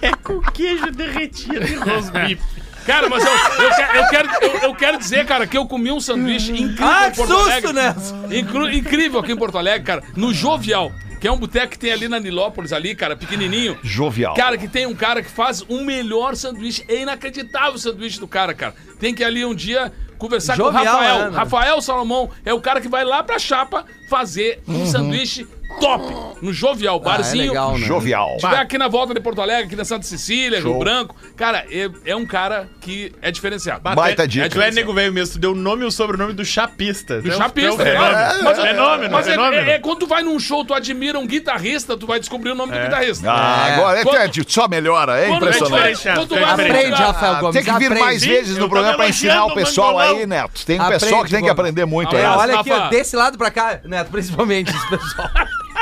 Speaker 6: É com queijo derretido e roast beef.
Speaker 4: Cara, mas eu, eu, quero- eu quero, eu, eu quero dizer, cara, que eu comi um sanduíche incrível
Speaker 3: Ah,
Speaker 4: em
Speaker 3: que
Speaker 4: Porto
Speaker 3: susto, né?
Speaker 4: Alegre.
Speaker 3: Nelson!
Speaker 4: Incru- incrível aqui em Porto Alegre, cara. No Jovial. Que é um boteco que tem ali na Nilópolis, ali, cara, pequenininho.
Speaker 2: Jovial.
Speaker 4: Cara, que tem um cara que faz o melhor sanduíche. É inacreditável o sanduíche do cara, cara. Tem que ir ali um dia conversar
Speaker 3: Jovial,
Speaker 4: com o Rafael.
Speaker 3: né?
Speaker 4: Rafael Salomão é o cara que vai lá pra chapa fazer um sanduíche top no Jovial, barzinho.
Speaker 3: legal, né?
Speaker 2: Jovial.
Speaker 4: Se tiver aqui na volta de Porto Alegre, aqui na Santa Cecília, Rio Branco. Cara, é, é um cara que é diferenciado.
Speaker 2: Baita dica.
Speaker 4: É
Speaker 6: Tu é
Speaker 4: diferenciado.
Speaker 6: nego velho mesmo, tu deu o nome e o sobrenome do chapista.
Speaker 4: Do
Speaker 6: Tu é um-
Speaker 4: chapista,
Speaker 6: tu é um
Speaker 4: claro.
Speaker 6: fenômeno.
Speaker 4: Mas é-
Speaker 6: fenômeno,
Speaker 4: Mas é,
Speaker 6: fenômeno.
Speaker 4: é- é quando tu vai num show, tu admira um guitarrista, tu vai descobrir o nome do guitarrista.
Speaker 2: Ah,
Speaker 3: É.
Speaker 2: agora é,
Speaker 4: Quando-
Speaker 2: é, só melhora, é
Speaker 4: Quando tu
Speaker 2: impressionante.
Speaker 4: vai-
Speaker 6: Impressionante.
Speaker 4: quando tu vai
Speaker 3: Aprende,
Speaker 4: procurar-
Speaker 3: Rafael Gomes.
Speaker 2: Ah, Tem que vir
Speaker 3: aprende.
Speaker 2: mais vezes
Speaker 6: Sim,
Speaker 2: no
Speaker 6: eu
Speaker 2: programa
Speaker 6: tô
Speaker 2: pra ensinar o
Speaker 6: elogiando o
Speaker 2: pessoal aí,
Speaker 6: Mangolão.
Speaker 2: Neto. Tem um
Speaker 3: Aprende,
Speaker 2: pessoal que tem que
Speaker 3: Gomes.
Speaker 2: aprender muito
Speaker 3: É,
Speaker 2: aí.
Speaker 4: Abraço,
Speaker 3: olha aqui,
Speaker 4: Rafa.
Speaker 3: ó, desse lado pra cá, Neto, principalmente
Speaker 2: <laughs>
Speaker 3: esse pessoal.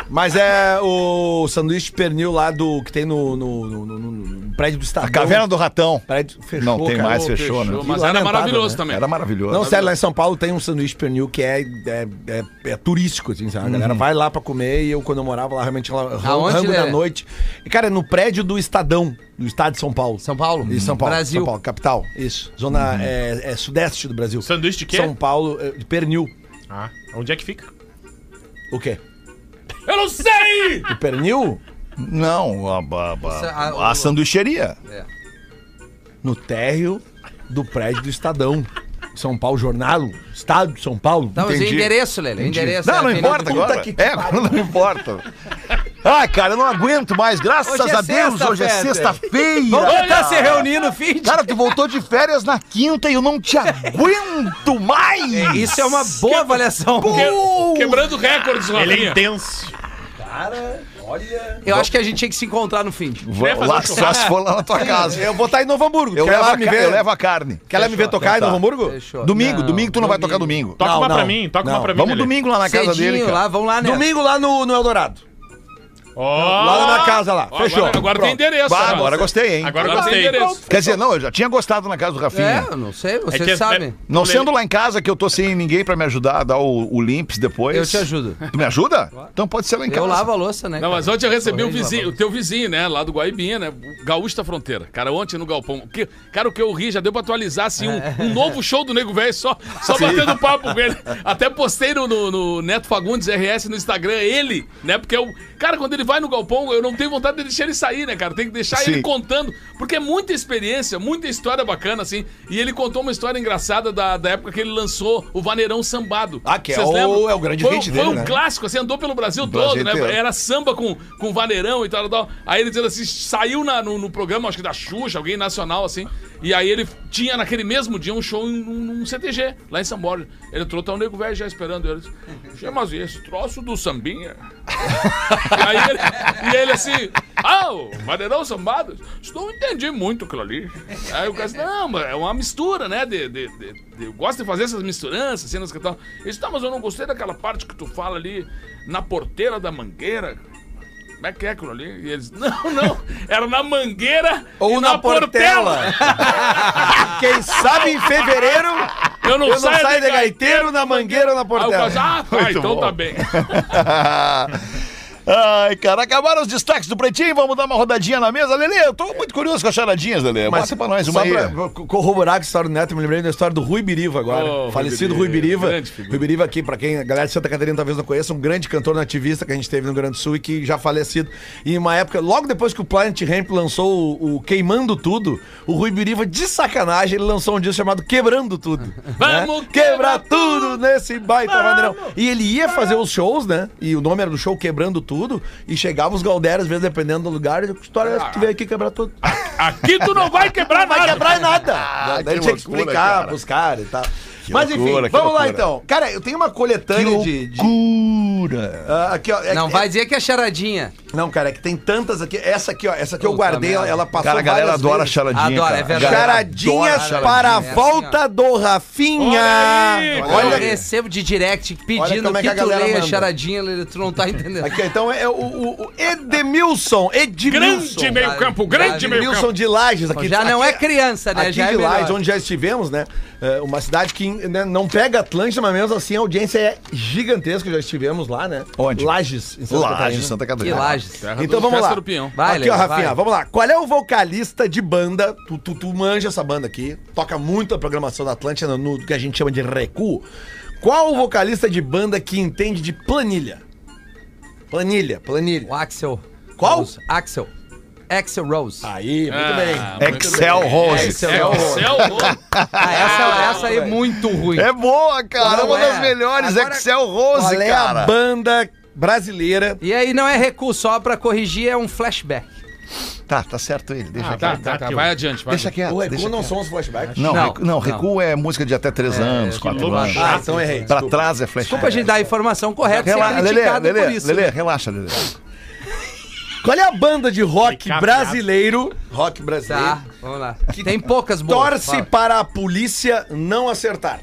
Speaker 5: Mas é o sanduíche de pernil lá do que tem no, no, no- no- no prédio do Estadão.
Speaker 2: Caverna do Ratão.
Speaker 5: Prédio fechou,
Speaker 2: Não tem
Speaker 5: cara.
Speaker 2: mais, fechou, né?
Speaker 4: Mas
Speaker 5: Que
Speaker 4: era
Speaker 5: lamentável,
Speaker 4: maravilhoso
Speaker 5: né?
Speaker 4: também.
Speaker 2: Era maravilhoso.
Speaker 5: Não, sério, lá em São Paulo tem um sanduíche de pernil que é, é, é- é turístico, assim, sabe? A galera
Speaker 2: Uhum.
Speaker 5: vai lá pra comer e eu, quando eu morava lá, realmente lá, ran-
Speaker 3: Aonde,
Speaker 5: rango da
Speaker 3: Lelê?
Speaker 5: noite. E, cara, é no prédio do Estadão, do estado de São Paulo.
Speaker 3: São Paulo?
Speaker 5: Isso, São Paulo.
Speaker 3: Brasil.
Speaker 5: São Paulo, capital. Isso. Zona
Speaker 2: Uhum.
Speaker 5: é, é sudeste do Brasil.
Speaker 6: Sanduíche de quê?
Speaker 5: São Paulo, é, de pernil.
Speaker 6: Ah, onde é que fica?
Speaker 5: O quê?
Speaker 4: Eu não sei!
Speaker 5: O pernil?
Speaker 2: Não, a, a, a-
Speaker 3: Essa- a-
Speaker 2: a sanduicheria.
Speaker 5: No térreo do prédio do Estadão. São Paulo Jornal, Estado de São Paulo.
Speaker 3: Não, Tá, mas o
Speaker 2: Entendi.
Speaker 3: endereço, Lele. o Endereço.
Speaker 2: Não,
Speaker 3: é
Speaker 2: não
Speaker 3: Avenida
Speaker 2: importa
Speaker 3: do-
Speaker 2: agora.
Speaker 5: que
Speaker 2: É, <laughs> agora não importa. Ai, cara, eu não aguento mais. Graças
Speaker 3: Hoje é
Speaker 2: a Deus,
Speaker 3: sexta,
Speaker 2: hoje é
Speaker 3: Peter. Vamos
Speaker 2: sexta-feira.
Speaker 3: tentar tá se reunir no fim de...
Speaker 2: Cara, tu voltou de férias na quinta e eu não te aguento mais.
Speaker 3: Isso é uma boa avaliação.
Speaker 4: Que- Quebrando recordes,
Speaker 6: Ele é
Speaker 4: Rafinha.
Speaker 6: intenso.
Speaker 3: Eu acho que a gente tinha que se encontrar no fim de.
Speaker 2: Vou lá, só se for lá na tua casa.
Speaker 5: Eu vou estar em Novo Hamburgo.
Speaker 2: Eu,
Speaker 5: Quer
Speaker 2: levo
Speaker 5: lá
Speaker 2: a,
Speaker 5: me
Speaker 2: ca-
Speaker 5: ver?
Speaker 2: eu levo a tá. carne.
Speaker 5: Quer lá me ver tocar em Novo Hamburgo?
Speaker 3: Fechou.
Speaker 2: Domingo,
Speaker 3: Não,
Speaker 2: domingo tu não vai tocar domingo.
Speaker 6: Toca
Speaker 5: Não,
Speaker 6: uma pra
Speaker 5: não.
Speaker 6: mim, toca
Speaker 5: Não.
Speaker 6: uma pra mim.
Speaker 2: Vamos
Speaker 6: Lelê.
Speaker 2: domingo lá na casa
Speaker 3: Cedinho
Speaker 2: dele, cara.
Speaker 3: lá, vamos lá, né? Neto.
Speaker 5: Domingo lá no, no Eldorado.
Speaker 6: Ó,
Speaker 5: Lá na minha casa lá.
Speaker 4: Ó,
Speaker 5: Fechou.
Speaker 4: Agora, agora tem
Speaker 5: Pronto.
Speaker 4: endereço.
Speaker 2: Bah,
Speaker 4: ó.
Speaker 2: agora gostei, hein?
Speaker 6: Agora
Speaker 4: Agora tem
Speaker 6: gostei.
Speaker 4: endereço.
Speaker 2: Quer dizer, não, eu já tinha gostado na casa do Rafinha.
Speaker 3: É, eu não sei,
Speaker 6: É
Speaker 3: vocês
Speaker 6: que-
Speaker 3: sabem.
Speaker 6: é-
Speaker 2: Não sendo lá em casa que eu tô sem ninguém pra me ajudar a dar o, o limps depois.
Speaker 3: Eu te ajudo.
Speaker 2: Tu me ajuda? Então pode ser lá em casa.
Speaker 3: Eu lavo a louça, né?
Speaker 4: Não,
Speaker 3: cara?
Speaker 4: mas ontem eu recebi
Speaker 3: Correio
Speaker 4: um
Speaker 3: de
Speaker 4: vizinho, o teu vizinho, né? Lá do Guaibinha, né? o Gaúcho da Fronteira. Cara, ontem no Galpão. O que- cara, o que eu ri, já deu pra atualizar, assim, um,
Speaker 5: É.
Speaker 4: um novo show do Nego Velho, só, só batendo papo com ele. Até postei no, no- no Neto Fagundes RS no Instagram, ele, né? Porque eu. Cara, quando ele vai no Galpão, eu não tenho vontade de deixar ele sair, né, cara? Tem que deixar
Speaker 2: Sim.
Speaker 4: ele contando. Porque é muita experiência, muita história bacana, assim. E ele contou uma história engraçada da, da época que ele lançou o Vaneirão Sambado.
Speaker 5: Ah, que é
Speaker 4: Vocês
Speaker 5: o-
Speaker 4: lembram?
Speaker 5: é o grande
Speaker 4: foi,
Speaker 5: hit
Speaker 4: Foi
Speaker 5: dele,
Speaker 4: um
Speaker 5: né?
Speaker 4: clássico, assim, andou pelo Brasil
Speaker 2: Brasil
Speaker 4: todo, né?
Speaker 2: inteiro.
Speaker 4: Era era samba com, com vaneirão e tal, tal. Aí ele dizendo assim, saiu na- no, no programa, acho que da Xuxa, alguém nacional, assim. E aí ele tinha naquele mesmo dia um show em- num, num CTG, lá em São Borja. Ele entrou, tá o nego velho já esperando. Ele disse, "Che, mas esse troço do sambinha? aí ele, e ele assim, ah, o vaneirão sambado? Isso não entendi muito aquilo ali. Aí o cara disse, não, mas é uma mistura, né? De, de, de- de- eu gosto de fazer essas misturanças, cenas que tal. Ele disse, tá, mas eu não gostei daquela parte que tu fala ali na porteira da mangueira. Como é que é aquilo ali? E eles, não, não, era na mangueira
Speaker 5: Ou
Speaker 4: e
Speaker 5: na, portela.
Speaker 4: <laughs>
Speaker 5: Quem sabe em fevereiro
Speaker 4: Eu não
Speaker 5: eu não
Speaker 4: saio,
Speaker 5: saio de gaiteiro na mangueira ou na
Speaker 4: Aí o
Speaker 5: portela.
Speaker 4: caso, ah, tá,
Speaker 2: Muito
Speaker 4: então
Speaker 2: bom.
Speaker 4: tá bem.
Speaker 2: Ai, cara, acabaram os destaques do Pretinho, vamos dar uma rodadinha na mesa. Lelê, eu tô muito curioso com as charadinhas, Lelê. Mas, É, Bota pra nós uma
Speaker 5: só
Speaker 2: aí.
Speaker 5: pra pra corroborar com a história do Neto, eu me lembrei da história do Rui Biriva agora.
Speaker 4: Oh,
Speaker 5: falecido
Speaker 4: Rui
Speaker 5: Rui
Speaker 4: Biriva,
Speaker 5: Biriva.
Speaker 4: grande figura.
Speaker 5: Rui Biriva aqui, pra quem a galera de Santa Catarina talvez não conheça, um grande cantor nativista que a gente teve no Rio Grande do Sul e que já falecido. E em uma época, logo depois que o Planet Ramp lançou o, o Queimando Tudo, o Rui Biriva, de sacanagem, ele lançou um disco chamado Quebrando Tudo.
Speaker 4: Vamos
Speaker 5: né? quebrar tudo nesse baita maneirão. E ele ia fazer os shows, né? E o nome era do show Quebrando Tudo. E chegava os Galderas, às vezes, dependendo do lugar. E, que história é essa que tu veio aqui quebrar tudo?
Speaker 4: Aqui tu não vai quebrar
Speaker 5: Não vai
Speaker 4: nada.
Speaker 5: quebrar nada. Daí tinha Ah,
Speaker 2: que
Speaker 5: que
Speaker 2: loucura,
Speaker 5: explicar
Speaker 2: cara.
Speaker 5: pros caras e tal. Mas enfim,
Speaker 2: loucura, que
Speaker 5: vamos lá
Speaker 2: loucura.
Speaker 5: então. Cara, eu tenho uma coletânea de. de-
Speaker 2: Cura.
Speaker 5: ah, aqui, ó. É-
Speaker 3: Não
Speaker 5: é-
Speaker 3: vai dizer que é charadinha.
Speaker 5: Não, cara, é que tem tantas aqui. Essa aqui, ó. Essa aqui eu
Speaker 3: Puta
Speaker 5: guardei, ela,
Speaker 3: merda.
Speaker 5: ela passou.
Speaker 2: Cara, a galera
Speaker 5: várias
Speaker 2: adora
Speaker 5: vezes.
Speaker 2: charadinha.
Speaker 3: Adora,
Speaker 2: cara.
Speaker 3: é verdade.
Speaker 2: Galera
Speaker 5: Charadinhas
Speaker 2: adora
Speaker 5: para a
Speaker 3: charadinha. É
Speaker 5: volta do
Speaker 4: Olha aí,
Speaker 5: Rafinha.
Speaker 4: cara.
Speaker 3: Olha, eu
Speaker 5: Olha, é
Speaker 3: recebo de direct
Speaker 5: Olha
Speaker 3: pedindo
Speaker 5: como é
Speaker 3: que,
Speaker 5: que a
Speaker 3: tu
Speaker 5: galera
Speaker 3: leia
Speaker 5: manda.
Speaker 3: charadinha, Lele, tu não tá entendendo.
Speaker 5: Aqui, ó, então é o, o- o Edemilson. Edmilson.
Speaker 4: Grande meio campo, grande
Speaker 3: Grande
Speaker 4: meio campo.
Speaker 5: Edmilson de Lages. Aqui,
Speaker 3: Já não
Speaker 5: aqui-
Speaker 3: é criança, né?
Speaker 5: Aqui
Speaker 3: Já é
Speaker 5: de Lages,
Speaker 3: melhor.
Speaker 5: onde já estivemos, né? É, uma cidade que né, não pega Atlântida, mas mesmo assim a audiência é gigantesca. Já estivemos lá, né?
Speaker 2: Onde?
Speaker 5: Lages, em Santa
Speaker 2: Laje,
Speaker 5: Catarina.
Speaker 2: Santa
Speaker 3: Que
Speaker 2: Catarina.
Speaker 3: lajes.
Speaker 4: Terra
Speaker 5: Então
Speaker 4: do
Speaker 5: vamos
Speaker 4: Festa
Speaker 5: lá.
Speaker 4: do Pinhão.
Speaker 3: Vai,
Speaker 5: aqui, ó,
Speaker 3: Lele,
Speaker 5: Rafinha,
Speaker 3: vai.
Speaker 5: vamos lá. Qual é o vocalista de banda? Tu, tu, tu manja essa banda aqui, toca muito a programação da Atlântida no, no que a gente chama de recuo. Qual o vocalista de banda que entende de planilha? Planilha, planilha.
Speaker 3: O Axel.
Speaker 5: Qual?
Speaker 3: Rose. Axel. Axel Rose. Ah,
Speaker 5: Aí, muito
Speaker 4: Ah,
Speaker 2: É
Speaker 5: bem.
Speaker 4: muito
Speaker 2: Excel
Speaker 4: bem.
Speaker 2: Rose.
Speaker 3: Excel
Speaker 4: É o
Speaker 3: Rose.
Speaker 4: Excel Rose.
Speaker 3: Ah, essa, essa aí é muito ruim.
Speaker 2: É boa, cara.
Speaker 3: Não
Speaker 2: uma das
Speaker 3: é.
Speaker 2: melhores.
Speaker 3: Agora,
Speaker 2: Excel Rose,
Speaker 5: Qual é
Speaker 2: cara.
Speaker 5: a banda brasileira?
Speaker 3: E aí não é recuo, só pra corrigir é um flashback.
Speaker 2: Tá, tá certo ele. Deixa
Speaker 4: Ah,
Speaker 2: quieto.
Speaker 4: tá, tá, tá. Vai adiante, vai
Speaker 2: Deixa
Speaker 4: adiante.
Speaker 2: quieto.
Speaker 5: O Recu
Speaker 2: Ah, deixa
Speaker 5: não
Speaker 2: quieto.
Speaker 5: são os flashbacks?
Speaker 2: Não,
Speaker 3: Não,
Speaker 2: recu- não,
Speaker 3: não.
Speaker 2: recuo é música de até 3 anos, 4
Speaker 4: louco.
Speaker 2: anos.
Speaker 5: Ah, então errei.
Speaker 2: Pra
Speaker 5: desculpa.
Speaker 2: trás é flash.
Speaker 3: Desculpa a gente dar a informação correta,
Speaker 2: Rela
Speaker 3: ser
Speaker 2: Lelê,
Speaker 3: criticado por
Speaker 2: Lelê,
Speaker 3: isso.
Speaker 2: Lelê, relaxa, Lelê.
Speaker 5: Qual é a banda de rock
Speaker 4: Fica
Speaker 5: brasileiro? Rock brasileiro.
Speaker 3: Tá, vamos lá. Tem poucas boas.
Speaker 5: Torce
Speaker 3: fala.
Speaker 5: para a polícia não acertar.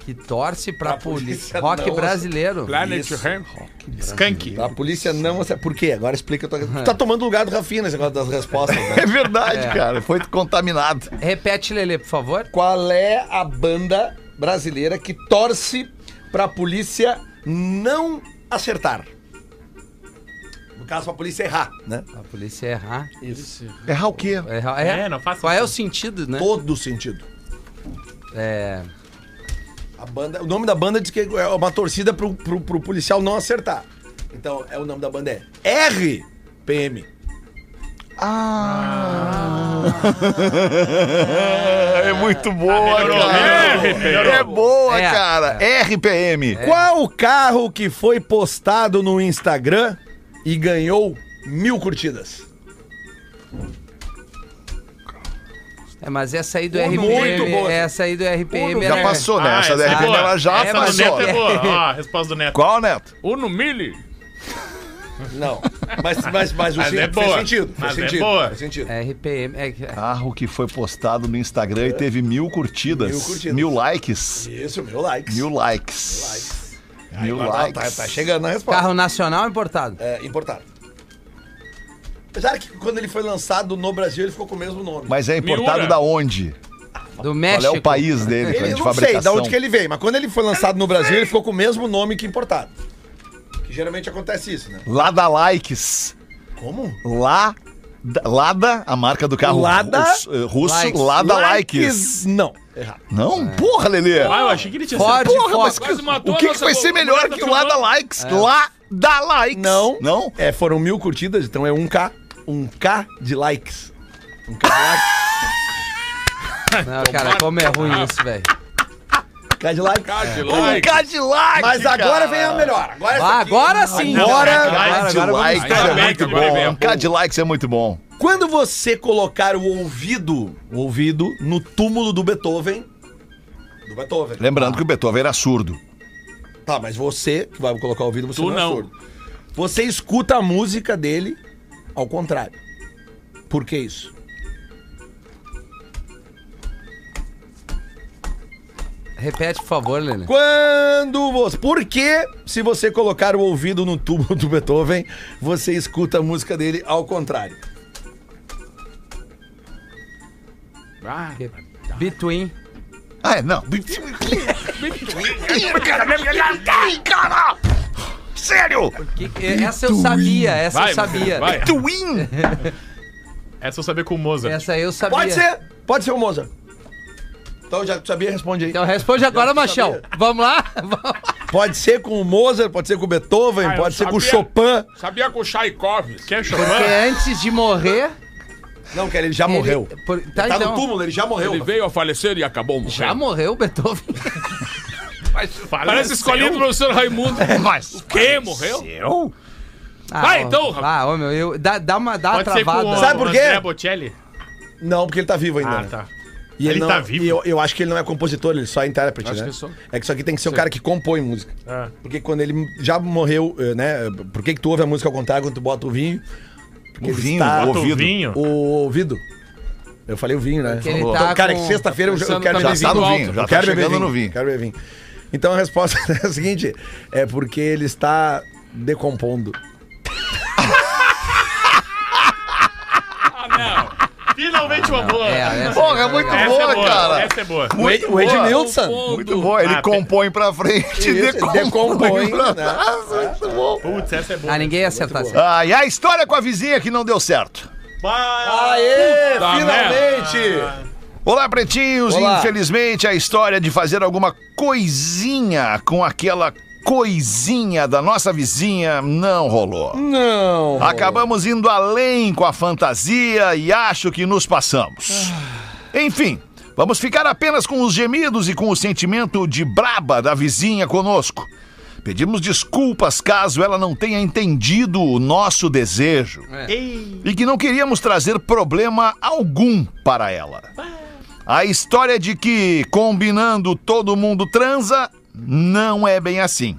Speaker 3: Que torce pra,
Speaker 5: pra polícia
Speaker 3: polícia. Rock
Speaker 5: não.
Speaker 3: brasileiro.
Speaker 4: Planet
Speaker 5: Isso.
Speaker 4: Ramp.
Speaker 6: Skank.
Speaker 5: A polícia não acertar. Por quê? Agora explica. a tua- Tu tá tomando o lugar do Rafinha nesse negócio das <laughs> respostas.
Speaker 2: É
Speaker 5: Né?
Speaker 2: verdade, cara. Foi contaminado.
Speaker 3: Repete, Lelê, por favor.
Speaker 5: Qual é a banda brasileira que torce pra polícia não acertar? No caso, pra polícia errar, né?
Speaker 3: A polícia errar.
Speaker 2: Errar o quê?
Speaker 3: Errar-
Speaker 6: É, não faça
Speaker 3: Qual é
Speaker 6: isso.
Speaker 3: o sentido, né?
Speaker 5: Todo sentido.
Speaker 3: É.
Speaker 5: A banda, o nome da banda diz que é uma torcida pro, pro, pro policial não acertar. Então, é o nome da banda é RPM.
Speaker 2: É muito boa, cara.
Speaker 6: melhorou, melhorou.
Speaker 2: É boa,
Speaker 3: É,
Speaker 2: cara. RPM.
Speaker 5: Qual carro que foi postado no Instagram e ganhou mil curtidas?
Speaker 3: É, mas essa aí do
Speaker 5: Pô, muito
Speaker 3: RPM,
Speaker 5: boa.
Speaker 3: é, essa aí do RPM,
Speaker 2: Já
Speaker 3: ela-
Speaker 2: passou, né?
Speaker 6: Ah,
Speaker 2: Essa da
Speaker 6: essa é
Speaker 2: RPM
Speaker 6: boa.
Speaker 2: ela já
Speaker 3: Essa do
Speaker 6: Essa do
Speaker 2: passou.
Speaker 6: Neto é boa. Ó, a resposta do Neto.
Speaker 2: Qual, Neto?
Speaker 4: Uno Mille.
Speaker 5: Não. <laughs> Mas, mas, mas o
Speaker 6: Mas
Speaker 5: sen-
Speaker 6: é boa.
Speaker 5: fez sentido. Fez
Speaker 6: Mas é
Speaker 5: sentido.
Speaker 6: boa.
Speaker 5: Fez sentido.
Speaker 3: RPM, é, que- é,
Speaker 2: Carro que foi postado no Instagram e teve mil curtidas.
Speaker 5: Mil curtidas.
Speaker 2: likes.
Speaker 5: Isso, meu like.
Speaker 2: Mil likes. Mil
Speaker 5: Tá,
Speaker 2: likes.
Speaker 5: tá, tá chegando na resposta.
Speaker 3: carro nacional importado.
Speaker 5: É, importado. Apesar que quando ele foi lançado no Brasil, ele ficou com o mesmo nome.
Speaker 2: Mas é importado
Speaker 4: Miura.
Speaker 2: da onde?
Speaker 3: Do
Speaker 2: Qual
Speaker 3: México.
Speaker 2: é o país dele,
Speaker 5: Ele,
Speaker 2: cara,
Speaker 5: eu
Speaker 2: de
Speaker 5: não sei da
Speaker 2: fabricação?
Speaker 5: onde que ele veio, mas quando ele foi lançado no Brasil, ele ficou com o mesmo nome que importado. Que geralmente acontece isso, né?
Speaker 2: Lá da likes.
Speaker 5: Como?
Speaker 2: Lá... da- Lada, a marca do carro
Speaker 5: Lada?
Speaker 2: russo, eh, russo,
Speaker 3: Likes.
Speaker 2: Lada likes.
Speaker 5: Ah, Likes. Não. Errado.
Speaker 2: Não? Porra, Lelê.
Speaker 4: Ah, eu achei que ele tinha
Speaker 3: Ford,
Speaker 4: acertado.
Speaker 2: Porra, mas
Speaker 4: quase
Speaker 2: que- o
Speaker 4: matou a
Speaker 2: que, que
Speaker 4: nossa
Speaker 2: vai ser
Speaker 4: coluna
Speaker 2: melhor
Speaker 4: da
Speaker 2: que o Lada
Speaker 4: semana?
Speaker 2: Likes? Lá da Likes.
Speaker 5: Não.
Speaker 2: Não?
Speaker 5: É, foram mil curtidas, então é 1K. 1K de likes. 1K de likes.
Speaker 3: Não, cara, como é ruim isso, velho.
Speaker 5: 1K de likes. É.
Speaker 4: De
Speaker 2: Um
Speaker 4: like.
Speaker 2: Cadillac,
Speaker 5: Mas agora vem a melhor. Agora essa
Speaker 3: Ah,
Speaker 5: aqui-
Speaker 3: agora sim.
Speaker 5: Agora-
Speaker 3: agora,
Speaker 2: Cadillac
Speaker 3: agora vamos-
Speaker 4: Ainda
Speaker 2: é
Speaker 4: bem
Speaker 2: muito
Speaker 4: que agora vem
Speaker 2: bom.
Speaker 4: a
Speaker 2: Um Cadillac é muito bom.
Speaker 5: Quando você colocar o ouvido, o ouvido no túmulo do Beethoven, do Beethoven.
Speaker 2: Lembrando que o Beethoven era surdo.
Speaker 5: Tá, mas você que vai colocar o ouvido, você
Speaker 4: Tu
Speaker 5: não, é
Speaker 4: não.
Speaker 5: surdo. Você escuta a música dele ao contrário. Por que isso?
Speaker 3: Repete, por favor, Lelê.
Speaker 5: Quando você. Por que, se você colocar o ouvido no túmulo <laughs> do Beethoven, você escuta a música dele ao contrário?
Speaker 4: Ah,
Speaker 3: Between.
Speaker 2: Ah, é, não. <laughs> Ai, cara! Sério!
Speaker 3: Que- que- essa eu sabia, essa
Speaker 4: vai,
Speaker 3: eu sabia.
Speaker 4: Vai.
Speaker 2: Twin!
Speaker 6: Essa eu sabia com o Mozart.
Speaker 3: Essa aí eu sabia.
Speaker 5: Pode ser! Pode ser o Mozart. Então já que tu sabia, responde aí.
Speaker 3: Então responde agora, Machão. Vamos lá?
Speaker 5: Pode ser com o Mozart, pode ser com o Beethoven,
Speaker 4: Ah, eu
Speaker 5: pode ser com o
Speaker 4: sabia.
Speaker 5: Chopin.
Speaker 4: Sabia com o Tchaikovsky.
Speaker 6: Quer
Speaker 3: Porque
Speaker 6: Chopin?
Speaker 3: antes de morrer...
Speaker 5: Não, cara, ele já
Speaker 3: ele-
Speaker 5: morreu.
Speaker 3: por- tá,
Speaker 5: Tá
Speaker 3: então.
Speaker 5: no túmulo, ele já morreu.
Speaker 4: Ele veio a falecer e acabou morrendo.
Speaker 3: Já morreu, Beethoven.
Speaker 4: Parece escolhido do professor Raimundo. Mas o quê? Morreu?
Speaker 3: Ah,
Speaker 4: Vai,
Speaker 3: ó,
Speaker 4: então,
Speaker 3: Ah, ô, meu, eu, dá, dá uma, dá uma
Speaker 6: Pode ser com o
Speaker 3: travada.
Speaker 5: Sabe por quê?
Speaker 6: André Bocelli?
Speaker 5: Não, porque ele tá vivo ainda.
Speaker 6: Ah,
Speaker 5: né?
Speaker 6: tá.
Speaker 5: E ele,
Speaker 6: Ele
Speaker 5: não-
Speaker 6: tá vivo?
Speaker 5: e Eu, eu acho que ele não é compositor, ele só é intérprete,
Speaker 4: Acho
Speaker 5: né?
Speaker 4: que é só.
Speaker 5: É que isso aqui tem que ser um cara que compõe música. Porque quando ele já morreu, eh, né? Por que, que tu ouve a música ao contrário quando tu bota o vinho? Porque
Speaker 2: O
Speaker 5: ele
Speaker 2: vinho,
Speaker 5: está-
Speaker 2: o
Speaker 6: Bota
Speaker 2: ouvido.
Speaker 6: o vinho.
Speaker 5: o ouvido. Eu falei o vinho, né?
Speaker 3: Porque ele
Speaker 5: Então,
Speaker 3: tá
Speaker 5: cara,
Speaker 3: com-
Speaker 5: que sexta-feira eu, já- eu
Speaker 4: pensando
Speaker 5: quero
Speaker 4: tá-
Speaker 5: beber
Speaker 4: já
Speaker 5: vinho.
Speaker 4: tá no
Speaker 2: vinho, já
Speaker 5: eu
Speaker 2: tá
Speaker 5: quero beber
Speaker 2: chegando
Speaker 5: vinho,
Speaker 2: no vinho.
Speaker 5: Quero beber vinho. Então a resposta <laughs> é a seguinte: é porque ele está decompondo.
Speaker 6: Finalmente uma boa.
Speaker 3: É, essa-
Speaker 2: Porra, é muito
Speaker 6: Essa
Speaker 2: boa,
Speaker 6: é boa.
Speaker 2: cara.
Speaker 6: Essa é boa.
Speaker 2: Muito
Speaker 5: o Ed
Speaker 2: boa.
Speaker 5: Nilsson.
Speaker 2: Muito bom, ele
Speaker 6: Ah,
Speaker 2: compõe pra frente,
Speaker 5: Isso,
Speaker 2: decompõe,
Speaker 5: decompõe,
Speaker 2: pra
Speaker 5: né?
Speaker 2: trás, muito bom.
Speaker 6: Putz, essa é boa.
Speaker 3: Ah, ninguém ia acertar essa.
Speaker 5: tá.
Speaker 2: Ah, e a história com a vizinha que não deu certo.
Speaker 6: Vai.
Speaker 5: Aê,
Speaker 4: Puta
Speaker 5: finalmente!
Speaker 2: Olá, pretinhos!
Speaker 5: Olá.
Speaker 2: Infelizmente, a história de fazer alguma coisinha com aquela coisinha da nossa vizinha não rolou.
Speaker 5: Não.
Speaker 2: Acabamos indo além com a fantasia e acho que nos passamos. Enfim, vamos ficar apenas com os gemidos e com o sentimento de braba da vizinha conosco. Pedimos desculpas caso ela não tenha entendido o nosso desejo e que não queríamos trazer problema algum para ela. A história de que combinando todo mundo transa não é bem assim.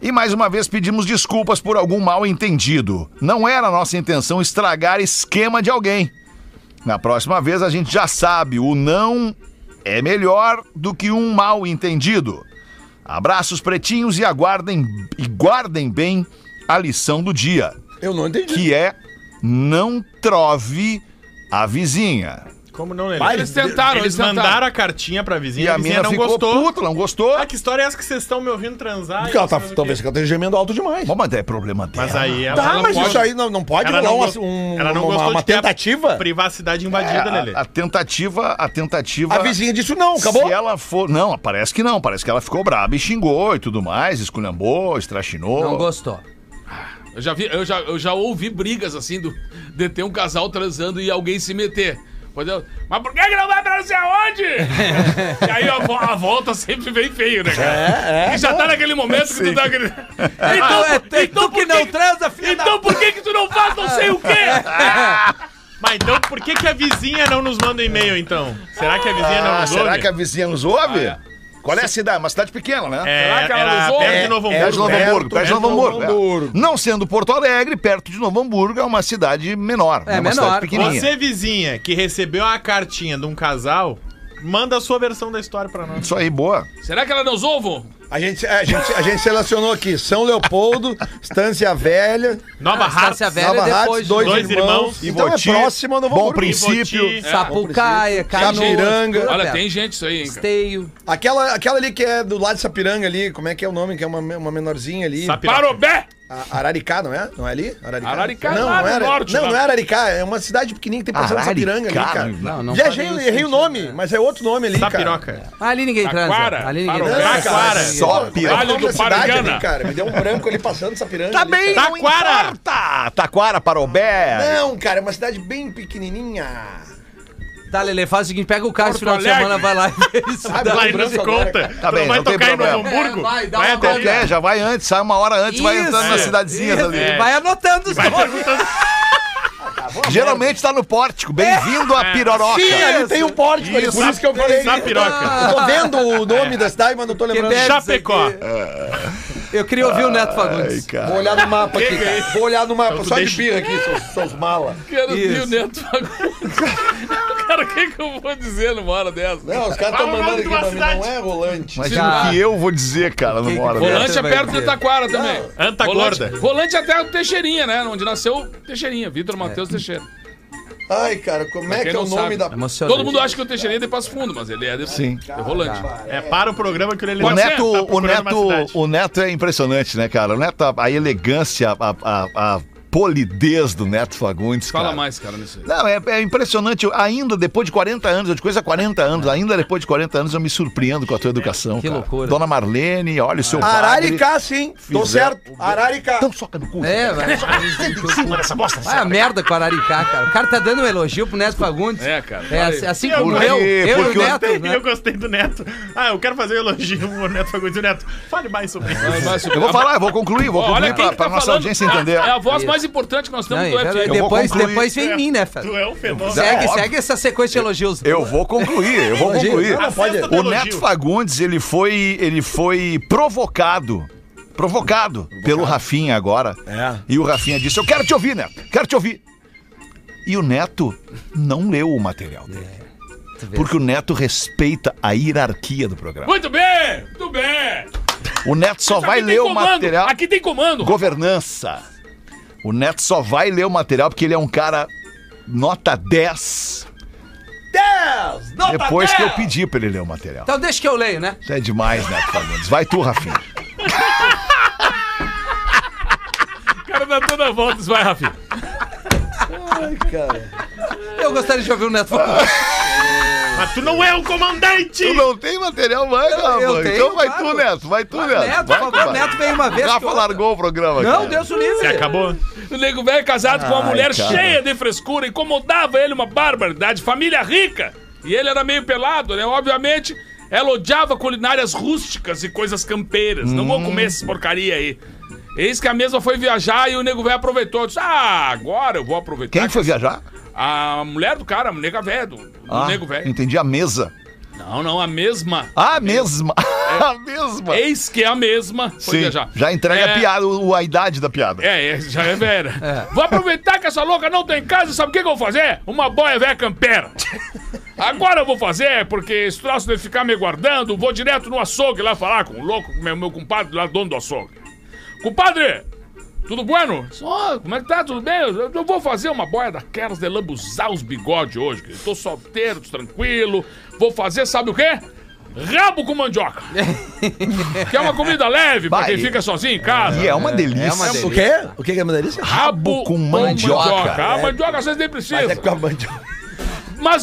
Speaker 2: E mais uma vez pedimos desculpas por algum mal entendido. Não era nossa intenção estragar esquema de alguém. Na próxima vez a gente já sabe, o não é melhor do que um mal entendido. Abraços pretinhos e aguardem e guardem bem a lição do dia,
Speaker 5: Eu não entendi.
Speaker 2: que é não trove a vizinha.
Speaker 6: Como não, Lelê?
Speaker 4: Eles tentaram,
Speaker 6: Eles
Speaker 4: eles tentaram.
Speaker 6: mandaram a cartinha pra vizinha,
Speaker 2: E
Speaker 6: a
Speaker 2: a
Speaker 6: vizinha
Speaker 2: mina
Speaker 6: não
Speaker 2: ficou
Speaker 6: gostou.
Speaker 2: puta, não gostou.
Speaker 6: Ah, que história é essa que vocês estão me ouvindo transar?
Speaker 5: Porque ela
Speaker 6: E não
Speaker 5: tá,
Speaker 6: sei o quê.
Speaker 5: talvez ela esteja gemendo alto demais.
Speaker 2: Bom, mas é problema dela.
Speaker 6: Mas aí ela,
Speaker 5: Tá,
Speaker 6: ela
Speaker 5: mas
Speaker 6: pode-
Speaker 5: isso aí não, não pode
Speaker 6: ela
Speaker 5: rolar
Speaker 6: não
Speaker 5: uma,
Speaker 6: gostou-
Speaker 5: um-
Speaker 6: ela não
Speaker 5: uma-
Speaker 6: gostou
Speaker 5: uma
Speaker 6: de ter a
Speaker 5: tentativa?
Speaker 6: Privacidade
Speaker 2: É,
Speaker 6: invadida, Lelê.
Speaker 2: a, a tentativa, a tentativa.
Speaker 5: A vizinha disse não, acabou?
Speaker 2: Se ela for. Não, parece que não. Parece que ela ficou braba e xingou e tudo mais, esculhambou, estrachinou.
Speaker 3: Não gostou.
Speaker 4: Eu já, vi, eu, já, eu já ouvi brigas assim do, de ter um casal transando e alguém se meter. Mas, eu- mas por que, que não vai pra não sei aonde? e aí a, vo- a volta sempre vem feio, né, cara? e já tá naquele momento que tu dá aquele. Então,
Speaker 3: é,
Speaker 4: por-
Speaker 3: é
Speaker 4: então
Speaker 3: tu que
Speaker 4: por
Speaker 3: não
Speaker 4: que,
Speaker 3: transa, filho
Speaker 4: então por que, que tu não faz não sei o quê?
Speaker 6: <laughs> Mas então por que, que a vizinha não nos manda e-mail, então? Será que a vizinha não
Speaker 2: Ah,
Speaker 6: nos
Speaker 2: será
Speaker 6: ouve?
Speaker 2: que a vizinha nos ouve? Qual é a cidade? Uma cidade pequena, né?
Speaker 6: É,
Speaker 4: Será que ela
Speaker 6: era
Speaker 4: nos ouve?
Speaker 6: perto de Novo Hamburgo.
Speaker 2: Perto É, de Novo
Speaker 6: né?
Speaker 2: Hamburgo, perto de Novo Hamburgo. é. Não sendo Porto Alegre, perto de Novo Hamburgo é uma cidade menor. né?
Speaker 3: É,
Speaker 2: uma
Speaker 3: menor.
Speaker 2: cidade pequenininha.
Speaker 6: Você, vizinha, que recebeu a cartinha de um casal, manda a sua versão da história pra nós.
Speaker 2: Isso aí, boa.
Speaker 4: Será que ela nos ouve?
Speaker 5: A gente, a, gente, a gente selecionou aqui São Leopoldo, Estância Velha,
Speaker 6: Nova
Speaker 2: Ah,
Speaker 6: Hartz,
Speaker 3: Estância Velha
Speaker 5: Nova
Speaker 3: depois
Speaker 5: Hartz,
Speaker 3: de-
Speaker 5: dois,
Speaker 6: Dois
Speaker 5: irmãos.
Speaker 6: Irmãos,
Speaker 5: Então
Speaker 2: Ivoti,
Speaker 5: é próxima, não
Speaker 2: Bom
Speaker 5: vou
Speaker 2: princípio.
Speaker 6: Ivoti.
Speaker 5: É.
Speaker 3: Sapucaia, Canoas,
Speaker 5: Sapiranga.
Speaker 3: tudo
Speaker 4: Olha,
Speaker 3: perto.
Speaker 4: tem gente isso aí, hein, cara.
Speaker 3: Esteio.
Speaker 5: Aquela, aquela ali que é do lado de Sapiranga ali, como é que é o nome? Que é uma, uma menorzinha ali.
Speaker 6: Sapiranga.
Speaker 4: Parobé!
Speaker 5: A- Araricá, não é? Não é ali? Araricá.
Speaker 4: Araricá,
Speaker 5: não,
Speaker 4: lá
Speaker 5: não,
Speaker 4: no
Speaker 5: era,
Speaker 4: norte,
Speaker 5: não,
Speaker 4: lá.
Speaker 5: não é Araricá, é uma cidade pequenininha que tem passando Sapiranga ali,
Speaker 2: Araricá,
Speaker 5: cara.
Speaker 2: não,
Speaker 3: não
Speaker 5: Viajei,
Speaker 3: faria
Speaker 5: errei o
Speaker 3: sentido,
Speaker 5: nome,
Speaker 3: né?
Speaker 5: mas é outro nome ali, cara.
Speaker 6: Tapiroca.
Speaker 3: Ali ninguém transa.
Speaker 4: Taquara,
Speaker 3: Ali ninguém
Speaker 4: Parobé.
Speaker 3: transa.
Speaker 6: Taquara.
Speaker 2: Só piranha.
Speaker 4: Vale do Parangana.
Speaker 5: cara. Me deu um branco ali passando Sapiranga.
Speaker 2: Tá
Speaker 5: ali,
Speaker 2: bem,
Speaker 5: cara.
Speaker 2: não importa. Taquara, Parobé.
Speaker 5: Não, cara, é uma cidade bem pequenininha.
Speaker 3: Tá, Lele, faz o seguinte, pega o carro esse final
Speaker 4: Porto
Speaker 3: de semana,
Speaker 4: Alegre.
Speaker 3: vai lá e vê isso.
Speaker 5: Sabe,
Speaker 3: dá.
Speaker 6: Lá em Não se conta.
Speaker 2: Tá
Speaker 6: Tu
Speaker 2: bem,
Speaker 6: não vai
Speaker 2: não tem
Speaker 6: tocar em Novo
Speaker 2: problema.
Speaker 6: Hamburgo?
Speaker 3: É, vai, dá
Speaker 5: um
Speaker 3: uma
Speaker 6: até
Speaker 3: volta.
Speaker 2: É, já vai antes, sai uma hora antes, vai
Speaker 3: Isso.
Speaker 2: entrando nas cidadezinhas ali.
Speaker 3: Isso, Vai anotando os nomes.
Speaker 2: Geralmente tá no pórtico. Bem-vindo à Piroroca.
Speaker 5: Sim, ali tem um pórtico ali, por isso que eu falei.
Speaker 6: Tapiroca.
Speaker 5: Eu tô
Speaker 3: um-
Speaker 5: vendo o nome da cidade, mas não tô lembrando.
Speaker 3: belo.
Speaker 6: Chapecó.
Speaker 3: Eu queria ouvir o Neto Fagundes.
Speaker 5: Vou olhar no mapa aqui, cara. Vou olhar no mapa, só de
Speaker 6: deixa-
Speaker 5: birra aqui, seus, seus mala.
Speaker 4: Quero ver o
Speaker 3: Isso.
Speaker 4: Neto Fagundes. <laughs> Cara, o que, que eu vou dizer numa hora dessa?
Speaker 5: Não, os caras
Speaker 4: Fala
Speaker 5: tão
Speaker 4: o
Speaker 5: mandando
Speaker 4: nome
Speaker 5: aqui
Speaker 4: de uma
Speaker 5: pra mim,
Speaker 4: cidade.
Speaker 5: não é rolante.
Speaker 2: Imagina o que eu vou dizer, cara, numa hora
Speaker 3: que-
Speaker 2: dessa.
Speaker 4: Rolante é
Speaker 3: Vai
Speaker 4: perto de
Speaker 3: dizer.
Speaker 4: Taquara também.
Speaker 6: Anta
Speaker 4: Rolante,
Speaker 6: Tá gorda.
Speaker 4: Rolante até o Teixeirinha, né? Onde nasceu o Teixeirinha, Vitor
Speaker 2: É.
Speaker 4: Matheus Teixeira.
Speaker 2: Então,
Speaker 5: Ai, cara, como é
Speaker 4: Quem
Speaker 5: que é o
Speaker 4: não
Speaker 5: nome
Speaker 4: sabe.
Speaker 5: da...
Speaker 3: Emocionante.
Speaker 4: Todo mundo acha que o Teixeirinha é de Passo Fundo, mas ele é de,
Speaker 2: Sim. Tá,
Speaker 4: de Rolante.
Speaker 6: É para o programa que ele
Speaker 2: O
Speaker 6: Pode ser?
Speaker 2: Neto,
Speaker 6: Tá
Speaker 2: o,
Speaker 6: procurando uma
Speaker 2: Neto,
Speaker 6: cidade.
Speaker 2: o Neto é impressionante, né, cara? O Neto, a, a elegância, a, a- a polidez do Neto Fagundes,
Speaker 4: Fala
Speaker 2: cara.
Speaker 4: mais, cara, nisso aí.
Speaker 2: Não, é, é impressionante. Ainda depois de 40 anos, eu de coisa 40 anos, ainda depois de 40 anos eu me surpreendo com a tua educação.
Speaker 3: Que
Speaker 2: cara.
Speaker 3: loucura. Ah.
Speaker 2: Dona Marlene, olha o seu padre.
Speaker 5: Araricá, sim. Tô certo. Araricá.
Speaker 2: Então soca no cu.
Speaker 3: É, velho.
Speaker 6: tá
Speaker 3: Vai a merda com o Araricá, cara. O cara tá dando um elogio pro Neto Fagundes.
Speaker 4: É, cara.
Speaker 3: É,
Speaker 4: Olha
Speaker 3: assim,
Speaker 4: aí.
Speaker 3: assim
Speaker 6: Eu
Speaker 3: como
Speaker 6: gostei,
Speaker 3: eu, eu e
Speaker 2: porque
Speaker 3: o
Speaker 2: eu
Speaker 3: Neto, né?
Speaker 6: Eu um gostei do Neto. Ah, eu quero fazer um elogio pro Neto Fagundes. Neto, fale mais sobre isso.
Speaker 4: Vai, vai,
Speaker 2: Eu vou falar, eu vou concluir, vou concluir
Speaker 4: Olha quem
Speaker 2: pra,
Speaker 4: que tá
Speaker 2: pra nossa
Speaker 4: falando.
Speaker 2: audiência
Speaker 4: É a-
Speaker 2: entender. é
Speaker 4: É a voz
Speaker 3: Isso.
Speaker 4: mais importante que nós
Speaker 3: Não,
Speaker 4: temos do um.
Speaker 3: e
Speaker 4: FM.
Speaker 2: vou
Speaker 3: depois,
Speaker 2: concluir.
Speaker 3: depois vem em mim, né, Fé?
Speaker 6: Tu é um fenômeno.
Speaker 3: Segue,
Speaker 2: Óbvio.
Speaker 3: segue essa sequência de elogios.
Speaker 2: Eu vou concluir, eu vou
Speaker 5: Elogio.
Speaker 2: concluir.
Speaker 5: Não, não pode.
Speaker 6: Acessa
Speaker 2: O
Speaker 6: elogio.
Speaker 2: Neto Fagundes, ele foi, ele foi provocado. Provocado, pelo Rafinha agora.
Speaker 5: É.
Speaker 2: E o Rafinha disse: Eu quero te ouvir, Neto, quero te ouvir. E o Neto não leu o material dele.
Speaker 4: É.
Speaker 2: Porque o Neto respeita a hierarquia do programa.
Speaker 4: Muito bem, muito bem.
Speaker 2: O Neto só vai
Speaker 4: Aqui tem
Speaker 2: ler o
Speaker 4: comando,
Speaker 2: material.
Speaker 4: Aqui tem comando.
Speaker 2: Governança. O Neto só vai ler o material porque ele é um cara nota 10
Speaker 5: 10! Não,
Speaker 2: depois que eu pedi pra ele ler o material.
Speaker 3: Então deixa que eu leio, né?
Speaker 2: Isso é demais, Neto Fagundes. Vai tu, Rafinha.
Speaker 4: O cara dá toda a volta. Vai, Rafi.
Speaker 5: cara.
Speaker 3: Eu gostaria de ouvir o Neto Fagundes.
Speaker 6: Mas tu não é o comandante!
Speaker 2: Tu não tem material mais, Rafa?
Speaker 3: eu tenho,
Speaker 2: então vai
Speaker 3: claro.
Speaker 2: tu, Neto. Vai tu, Neto.
Speaker 3: Neto,
Speaker 2: vai,
Speaker 3: por favor, Neto veio uma vez. que
Speaker 2: Rafa
Speaker 3: outra.
Speaker 2: largou o programa,
Speaker 3: Não,
Speaker 2: cara.
Speaker 3: Deus o livre.
Speaker 6: Acabou?
Speaker 4: O nego velho é casado com uma mulher cheia de frescura, incomodava ele uma barbaridade, família rica. E ele era meio pelado, né? Obviamente, ela odiava culinárias rústicas e coisas campeiras. Não
Speaker 2: Hum.
Speaker 4: vou comer essas porcaria aí. Eis que a mesma foi viajar e o nego velho aproveitou. Disse, ah, agora eu vou aproveitar.
Speaker 2: Quem que foi viajar?
Speaker 4: A mulher do cara, a nega velha, do, do
Speaker 2: Ah,
Speaker 4: nego velho.
Speaker 2: Entendi, a mesa.
Speaker 4: Não, não, a mesma.
Speaker 2: A É. mesma. <laughs> A mesma.
Speaker 4: Eis que a mesma foi
Speaker 2: Sim,
Speaker 4: viajar.
Speaker 2: já entrega
Speaker 4: É,
Speaker 2: a piada, o, a idade da piada.
Speaker 4: É, é, já é velha. Vou aproveitar que essa louca não tem casa, sabe o que, que eu vou fazer? Uma boia velha campera. Agora eu vou fazer, porque esse troço de ficar me guardando, vou direto no açougue lá falar com o louco, com o meu, meu compadre lá, dono do açougue. Compadre, tudo bueno? Ó, como é que tá? Tudo bem? Eu, eu vou fazer uma boia daquelas de lambuzar os bigodes hoje. que Eu tô solteiro, tô tranquilo. Vou fazer, sabe o quê? Rabo com mandioca. que é uma comida leve pra
Speaker 2: Vai.
Speaker 4: quem fica sozinho em casa.
Speaker 2: E é uma delícia.
Speaker 5: O quê? O que que é uma delícia?
Speaker 4: Rabo
Speaker 2: com mandioca.
Speaker 4: A mandioca vocês nem precisam.
Speaker 5: É
Speaker 4: Mas,
Speaker 5: com a mandioca.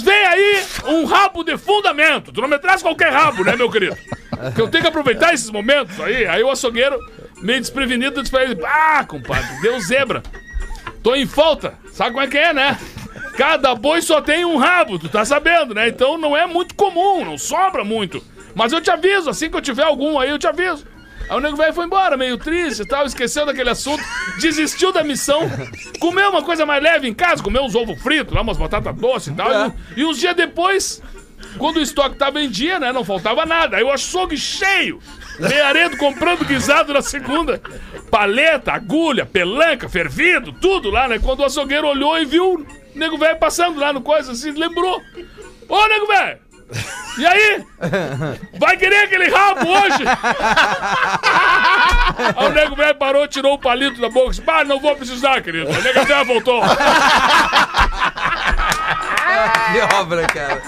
Speaker 4: vem aí um rabo de fundamento. Tu não me traz qualquer rabo, né, meu querido? Porque eu tenho que aproveitar esses momentos aí. Aí o açougueiro, meio desprevenido, disse pra ele: Ah, compadre, deu zebra. Tô em falta. Sabe como é que é, né? Cada boi só tem um rabo, tu tá sabendo, né? Então não é muito comum, não sobra muito. Mas eu te aviso, assim que eu tiver algum aí, eu te aviso. Aí o nego velho foi embora, meio triste e tal, esqueceu daquele assunto, desistiu da missão, comeu uma coisa mais leve em casa, comeu uns ovos fritos, lá umas batatas doces e tal. e um- E, uns dias depois, quando o estoque tava em dia, né? Não faltava nada. Aí o açougue cheio, meiaredo comprando guisado na segunda. Paleta, agulha, pelanca, fervido, tudo lá, né? Quando o açougueiro olhou e viu o nego velho passando lá no coisa, assim, lembrou. Ô, nego velho! E aí? Vai querer aquele rabo hoje? <laughs> Aí o nego velho parou, tirou o palito da boca e disse: Bah, não vou precisar, querido. A nega já voltou.
Speaker 3: Que obra, cara.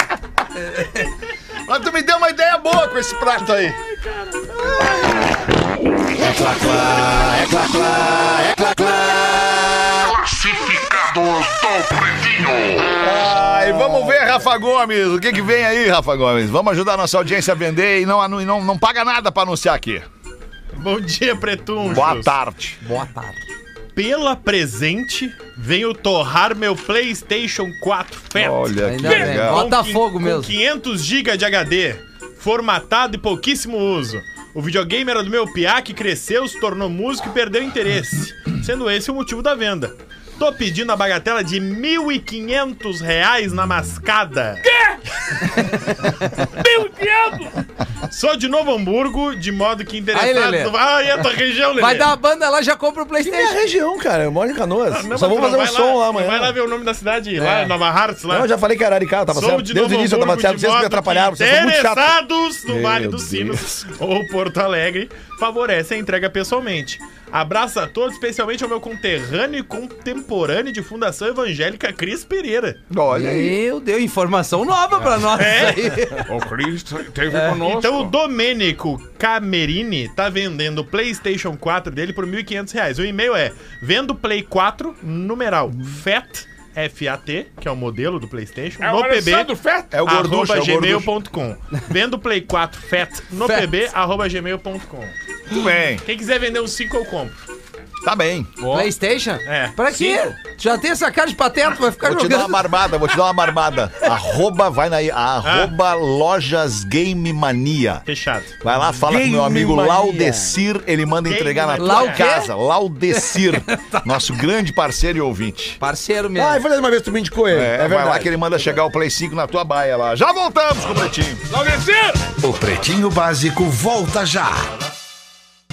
Speaker 2: Mas tu me deu uma ideia boa com esse prato aí. Ah, e vamos ver, Rafa Gomes. O que que vem aí, Rafa Gomes? Vamos ajudar nossa audiência a vender e não, anu- e não, não paga nada pra anunciar aqui.
Speaker 6: Bom dia, Pretum.
Speaker 2: Boa tarde.
Speaker 3: Boa tarde.
Speaker 6: Pela presente, venho torrar meu PlayStation 4 Fat.
Speaker 2: Olha que
Speaker 3: Ainda bem.
Speaker 2: legal.
Speaker 6: Com quin-
Speaker 3: Botafogo
Speaker 6: com
Speaker 3: mesmo.
Speaker 6: 500 GB de HD, formatado e pouquíssimo uso. O videogame era do meu piá que cresceu, se tornou músico e perdeu interesse. Sendo esse o motivo da venda. Tô pedindo a bagatela de R$ 1.500 reais na mascada.
Speaker 4: Meu Deus!
Speaker 6: Sou de Novo Hamburgo, de modo que
Speaker 3: Aí,
Speaker 6: interessado...
Speaker 3: Lelê.
Speaker 6: Ai, é tua região, Lelê.
Speaker 3: Vai dar uma banda lá, já compra o
Speaker 5: Que minha
Speaker 3: Playstation.
Speaker 5: região, cara. Eu moro em Canoas.
Speaker 6: Não,
Speaker 5: Só vou
Speaker 6: mas tu
Speaker 5: fazer
Speaker 6: não
Speaker 5: um
Speaker 6: vai
Speaker 5: som lá
Speaker 6: Tu Vai lá
Speaker 5: amanhã.
Speaker 6: ver o nome da cidade,
Speaker 3: É.
Speaker 6: lá, Nova Hartz, lá.
Speaker 5: Não, eu já falei que era Aricá, tava
Speaker 6: Sou
Speaker 5: certo.
Speaker 6: de
Speaker 5: Desde o
Speaker 6: Novo
Speaker 5: início eu tava
Speaker 6: Hamburgo, ah!
Speaker 5: certo,
Speaker 6: de
Speaker 5: vocês me
Speaker 6: modo
Speaker 5: atrapalharam,
Speaker 6: que
Speaker 5: vocês são muito chatos.
Speaker 6: Interessados no Vale dos Sinos ou Porto Alegre, favorece a entrega pessoalmente. Abraço a todos, especialmente ao meu conterrâneo e contemporâneo de Fundação Evangélica, Cris Pereira.
Speaker 2: Olha aí.
Speaker 3: Meu Deus, informação nova pra nós.
Speaker 4: É.
Speaker 3: aí.
Speaker 4: O Cris teve conosco.
Speaker 6: Então o Domênico Camerini tá vendendo o PlayStation 4 dele por R$ 1.500. reais. O e-mail é vendo Play 4, numeral FAT, F-A-T, que é o modelo do PlayStation,
Speaker 4: É o
Speaker 6: no PB.
Speaker 4: Alessandro Feta.
Speaker 2: É o gorducho, é
Speaker 6: arroba
Speaker 2: o gorducho.
Speaker 6: gmail.com. Vendo Play 4 FET no
Speaker 3: Fat.
Speaker 6: pb, arroba gmail.com.
Speaker 2: Muito bem.
Speaker 6: Quem quiser vender um 5, eu compro.
Speaker 2: Tá bem.
Speaker 3: Playstation?
Speaker 6: É.
Speaker 3: Pra quê? Tu Já tem essa cara de patente, vai ficar
Speaker 2: Vou te dar uma
Speaker 3: Tá jogando.
Speaker 2: barbada, vou te dar uma barbada. Arroba, vai na arroba lojas Game Mania.
Speaker 6: Fechado.
Speaker 2: Vai lá, fala com meu
Speaker 5: Game
Speaker 2: amigo
Speaker 5: Mania.
Speaker 2: Laudecir, ele manda
Speaker 6: Game
Speaker 2: entregar na
Speaker 6: Mania.
Speaker 2: tua
Speaker 3: Lau quê?
Speaker 2: casa. Laudecir, nosso grande parceiro e ouvinte.
Speaker 3: Parceiro mesmo.
Speaker 5: Ah, foi uma vez que tu me indicou ele.
Speaker 2: É,
Speaker 5: É,
Speaker 2: vai lá
Speaker 5: verdade.
Speaker 2: que ele manda chegar o Play 5 na tua baia lá. Já voltamos com o Pretinho.
Speaker 1: O Pretinho Básico volta já.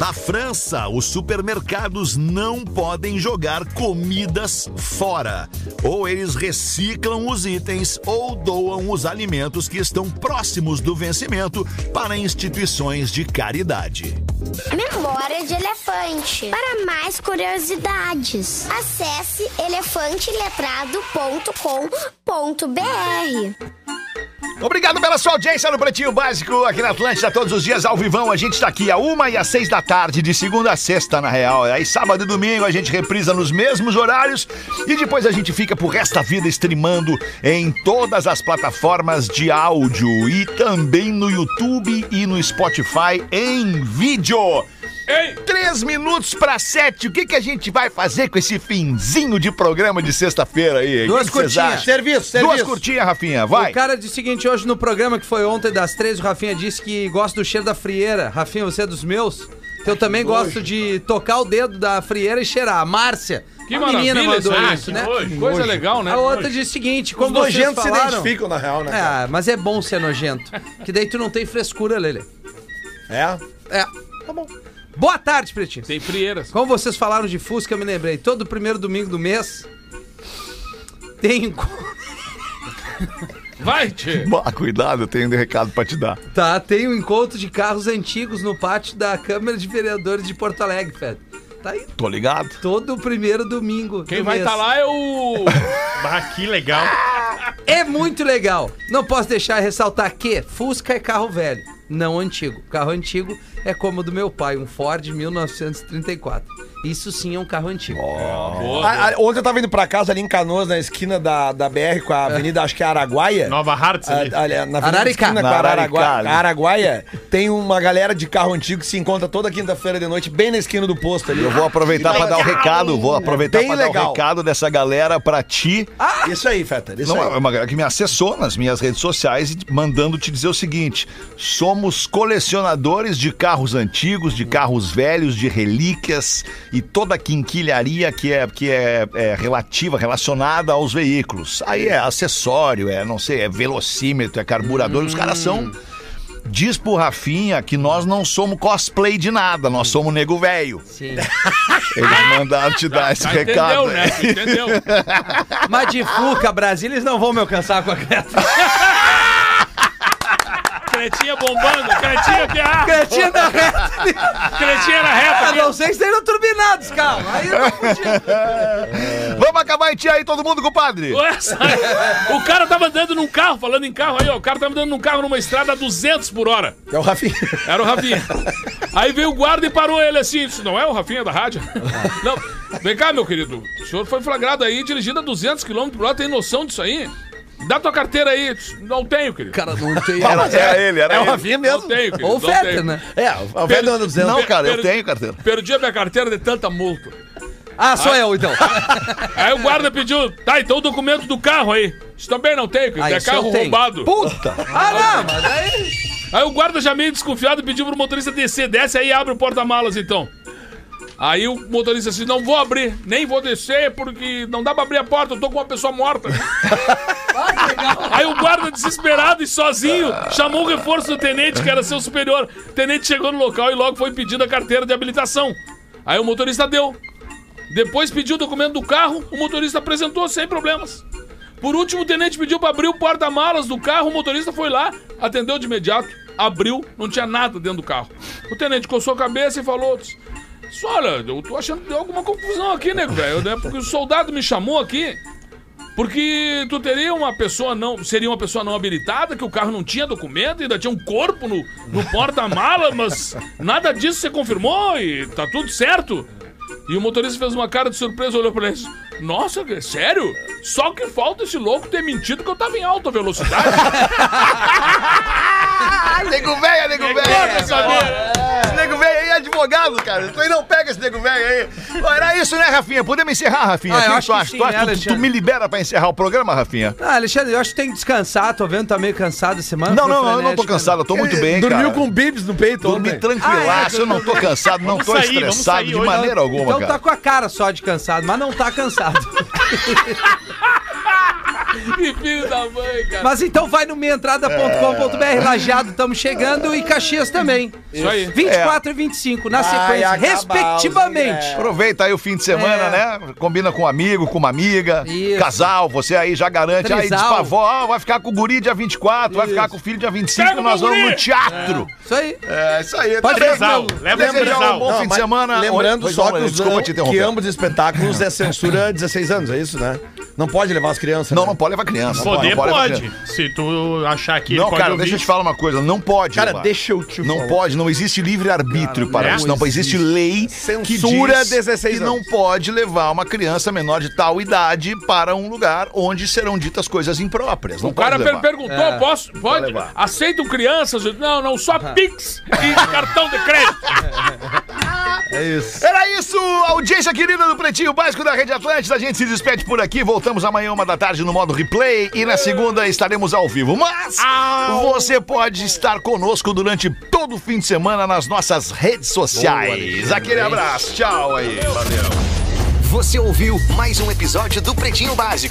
Speaker 1: Na França, os supermercados não podem jogar comidas fora. Ou eles reciclam os itens ou doam os alimentos que estão próximos do vencimento para instituições de caridade.
Speaker 8: Memória de elefante. Para mais curiosidades, acesse elefanteletrado.com.br.
Speaker 2: Obrigado pela sua audiência no Pretinho Básico aqui na Atlântida, todos os dias ao vivão. A gente está aqui a uma e às seis da tarde, de segunda a sexta, na real. Aí sábado e domingo a gente reprisa nos mesmos horários e depois a gente fica pro resto da vida streamando em todas as plataformas de áudio e também no YouTube e no Spotify em vídeo.
Speaker 4: Ei!
Speaker 2: Três minutos para sete. O que, que a gente vai fazer com esse finzinho de programa de sexta-feira aí?
Speaker 3: Duas
Speaker 2: O que que vocês
Speaker 3: curtinhas.
Speaker 2: acham?
Speaker 7: Serviço, serviço.
Speaker 2: Duas curtinhas, Rafinha, vai.
Speaker 3: O cara disse o seguinte, hoje no programa que foi ontem das três, o Rafinha disse que gosta do cheiro da frieira. Rafinha, você é dos meus? Eu também gosto de tocar o dedo da frieira e cheirar. A Márcia,
Speaker 4: Que
Speaker 3: a
Speaker 4: maravilha,
Speaker 3: menina mandou
Speaker 4: esse- ah,
Speaker 3: isso,
Speaker 4: que
Speaker 3: né?
Speaker 4: nojo. Coisa legal, né?
Speaker 3: A outra disse o seguinte, como
Speaker 5: Os
Speaker 3: vocês
Speaker 5: nojentos se
Speaker 3: falaram...
Speaker 5: identificam, na real, né? cara?
Speaker 3: Ah, mas é bom ser nojento, que daí tu não tem frescura, Lele.
Speaker 5: É?
Speaker 3: É. Tá bom. Boa tarde, Pretinho.
Speaker 4: Tem frieiras.
Speaker 3: Como vocês falaram de Fusca, eu me lembrei. Todo primeiro domingo do mês tem um encontro.
Speaker 4: Vai, tchê.
Speaker 2: Bah, <laughs> cuidado, eu tenho um recado pra te dar.
Speaker 3: <laughs> Tá, tem um encontro de carros antigos no pátio da Câmara de Vereadores de Porto Alegre, Fed. Tá aí
Speaker 2: Tô ligado?
Speaker 3: todo primeiro domingo.
Speaker 4: Quem
Speaker 3: do
Speaker 4: vai
Speaker 3: mês.
Speaker 4: estar lá é <laughs> o.
Speaker 6: Bah, que legal.
Speaker 2: Ah,
Speaker 3: É muito legal. Não posso deixar de ressaltar que Fusca é carro velho, não antigo. Carro antigo é como o do meu pai, um Ford 1934. Isso sim é um carro antigo.
Speaker 5: A- a- ontem eu tava indo pra casa ali em Canoas, na esquina da, da BR, com a avenida, acho que é Araguaia.
Speaker 6: Nova Hartz ali.
Speaker 5: A- ali, na avenida
Speaker 3: Araricá.
Speaker 5: esquina com a
Speaker 2: Na
Speaker 5: Araragua-
Speaker 2: Araricá, né? ali.
Speaker 5: Araguaia, tem uma galera de carro antigo que se encontra toda quinta-feira de noite, bem na esquina do posto ali.
Speaker 2: Eu vou aproveitar pra dar o recado, vou aproveitar
Speaker 5: Bem
Speaker 2: pra dar o
Speaker 5: legal.
Speaker 2: recado dessa galera pra ti.
Speaker 5: Isso aí, Feta. Isso
Speaker 2: Não,
Speaker 5: aí.
Speaker 2: é uma galera que me acessou nas minhas redes sociais e mandando te dizer o seguinte: somos colecionadores de carros antigos, de carros velhos, de relíquias e toda a quinquilharia que é, que é, é relativa, relacionada aos veículos. Aí é acessório, é, não sei, é velocímetro, é carburador, os caras
Speaker 5: Hum.
Speaker 2: são. Diz pro Rafinha que nós não somos cosplay de nada,
Speaker 5: Hum.
Speaker 2: nós somos nego velho.
Speaker 3: Sim.
Speaker 5: Ah!
Speaker 2: Eles mandaram te dar esse
Speaker 4: Já
Speaker 2: recado.
Speaker 4: entendeu, né? <laughs> Entendeu?
Speaker 3: Mas de Fuca, Brasília, eles não vão me alcançar com a creta.
Speaker 4: Cretinha bombando, cretinha que ah,
Speaker 2: <laughs>
Speaker 3: Cretinha da reta.
Speaker 4: cretinha na reta.
Speaker 3: A
Speaker 4: aqui.
Speaker 3: não ser que estejam turbinados, calma. Aí eu não podia.
Speaker 2: Vamos acabar em ti aí, todo mundo, compadre.
Speaker 4: Essa- O cara tava andando num carro, falando em carro aí, ó. O cara tava andando num carro numa estrada a 200 por hora.
Speaker 5: É o Rafinha.
Speaker 4: Era o <laughs> Rafinha. Aí veio o guarda e parou ele assim. Isso não é o Rafinha da <laughs> rádio? Não. Vem cá, meu querido. O senhor foi flagrado aí dirigindo a 200 km por hora. Tem noção disso aí? Dá tua carteira aí. Não tenho, querido.
Speaker 3: Cara, não tem.
Speaker 2: Era, era ele, era
Speaker 5: É o
Speaker 2: ele.
Speaker 5: Rafinha
Speaker 4: Não
Speaker 5: mesmo.
Speaker 4: tenho, querido.
Speaker 3: Ou
Speaker 4: não
Speaker 3: o Feta,
Speaker 4: tenho.
Speaker 3: né?
Speaker 5: É, o velho
Speaker 2: tá
Speaker 5: anda dizendo.
Speaker 2: Não, cara, eu
Speaker 4: per-
Speaker 2: tenho carteira.
Speaker 4: Perdi a minha carteira de tanta multa.
Speaker 3: Ah, sou eu então.
Speaker 4: Aí o guarda pediu, tá, então o documento do carro aí. Isso também não tem, querido.
Speaker 3: Ah,
Speaker 4: é
Speaker 3: isso eu
Speaker 4: carro
Speaker 3: tenho.
Speaker 4: roubado.
Speaker 3: Puta! Ah, não, mas aí.
Speaker 4: Aí o guarda já meio desconfiado pediu pro motorista descer, desce aí e abre o porta-malas então. Aí o motorista disse, não vou abrir, nem vou descer porque não dá pra abrir a porta, eu tô com uma pessoa morta. aí o guarda desesperado e sozinho chamou o reforço do tenente, que era seu superior. O tenente chegou no local e logo foi pedindo a carteira de habilitação. Aí o motorista deu. Depois pediu o documento do carro, o motorista apresentou sem problemas. Por último, o tenente pediu pra abrir o porta-malas do carro, o motorista foi lá, atendeu de imediato, abriu, não tinha nada dentro do carro. O tenente coçou a cabeça e falou: "Disse, Olha, eu tô achando que deu alguma confusão aqui, nego, velho, né? Porque o soldado me chamou aqui. Porque tu teria uma pessoa não. Seria uma pessoa não habilitada, que o carro não tinha documento, ainda tinha um corpo no, no porta-mala, mas nada disso você confirmou e tá tudo certo. E o motorista fez uma cara de surpresa, olhou pra ele e disse: Nossa, é sério? Só que falta esse louco ter mentido que eu tava em alta velocidade.
Speaker 2: Nego velho, nego
Speaker 4: Toda
Speaker 2: velho.
Speaker 4: essa merda.
Speaker 2: Esse nego velho aí é advogado, cara. Tu aí não pega esse nego velho aí. Bom, Era isso, né, Rafinha? Podemos encerrar, Rafinha?
Speaker 3: Ah, eu
Speaker 2: O que
Speaker 3: acho
Speaker 2: tu
Speaker 3: que
Speaker 2: acha?
Speaker 3: sim,
Speaker 2: Tu
Speaker 3: né,
Speaker 2: acha que tu, tu
Speaker 3: Alexandre?
Speaker 2: me libera pra encerrar o programa, Rafinha?
Speaker 3: Ah, Alexandre, eu acho que tem que descansar. Tô vendo, tá meio cansado essa semana.
Speaker 2: Não,
Speaker 3: tô
Speaker 2: não, não, eu não tô
Speaker 3: frenético, né?
Speaker 2: cansado, eu tô muito bem, cara.
Speaker 5: Dormiu com o bibs no peito
Speaker 2: Dormi
Speaker 5: ontem.
Speaker 3: Ah, é,
Speaker 2: tranquilaço, eu não tô cansado, não tô
Speaker 6: sair, vamos
Speaker 2: estressado
Speaker 6: sair
Speaker 2: de
Speaker 6: hoje.
Speaker 2: maneira alguma,
Speaker 3: então
Speaker 2: cara.
Speaker 3: tá com a cara só de cansado, mas não tá cansado. <laughs>
Speaker 4: Que filho da mãe, cara.
Speaker 3: mas então vai no
Speaker 5: É.
Speaker 3: minhaentrada.com.br, Lajeado, estamos chegando, e Caxias também.
Speaker 4: Isso aí.
Speaker 3: 24 e 25, na
Speaker 5: Vai
Speaker 3: sequência,
Speaker 5: acabar os
Speaker 3: respectivamente.
Speaker 5: ingressos.
Speaker 2: Aproveita aí o fim de semana,
Speaker 3: É.
Speaker 2: né? Combina com um amigo, com uma amiga,
Speaker 3: Isso.
Speaker 2: casal, você aí já garante. Aí diz
Speaker 3: Trisal.
Speaker 2: pra avó, ó, vai ficar com o guri dia 24, vai ficar com o filho dia 25,
Speaker 4: Pega o
Speaker 2: nós
Speaker 4: meu
Speaker 2: vamos no
Speaker 4: guri.
Speaker 2: teatro.
Speaker 3: Isso aí.
Speaker 2: É, isso aí.
Speaker 3: Pode
Speaker 2: Desejo-
Speaker 6: Brisal, leva o
Speaker 2: desejar um
Speaker 6: Brisal.
Speaker 2: bom
Speaker 5: Não,
Speaker 2: fim de
Speaker 5: mas
Speaker 2: semana.
Speaker 5: Lembrando
Speaker 2: Oi,
Speaker 5: só
Speaker 2: pois
Speaker 5: que,
Speaker 2: não,
Speaker 5: os,
Speaker 2: desculpa te interromper.
Speaker 5: que ambos os espetáculos é censura 16 anos, é isso, né? Não pode levar as crianças.
Speaker 2: Não,
Speaker 5: né?
Speaker 2: não pode levar criança. não
Speaker 6: Poder
Speaker 2: levar
Speaker 6: pode.
Speaker 2: criança.
Speaker 6: Se tu achar que
Speaker 2: é Não,
Speaker 6: ele pode
Speaker 2: cara,
Speaker 6: ouvir.
Speaker 2: deixa eu te falar uma coisa. Não pode.
Speaker 5: Cara,
Speaker 2: levar.
Speaker 5: deixa eu te
Speaker 2: Não
Speaker 5: falar.
Speaker 2: pode, não existe livre-arbítrio para
Speaker 6: não
Speaker 2: isso. Não existe, lei
Speaker 5: Censura
Speaker 2: que diz
Speaker 5: 16
Speaker 2: que não pode levar uma criança menor de tal idade para um lugar onde serão ditas coisas impróprias. Não
Speaker 4: O cara
Speaker 2: pode
Speaker 4: per
Speaker 2: levar.
Speaker 4: perguntou,
Speaker 3: É.
Speaker 4: posso, pode?
Speaker 2: levar.
Speaker 4: Aceitam crianças? Eu disse, Não, não, só Pix e cartão de crédito.
Speaker 2: Era isso, audiência querida do Pretinho Básico da Rede Atlântida. A gente se despede por aqui. Voltamos amanhã, uma da tarde, no modo replay. E na segunda estaremos ao vivo. Mas você pode estar conosco durante todo o fim de semana nas nossas redes sociais. Aquele abraço. Tchau aí. Valeu.
Speaker 9: Você ouviu mais um episódio do Pretinho Básico.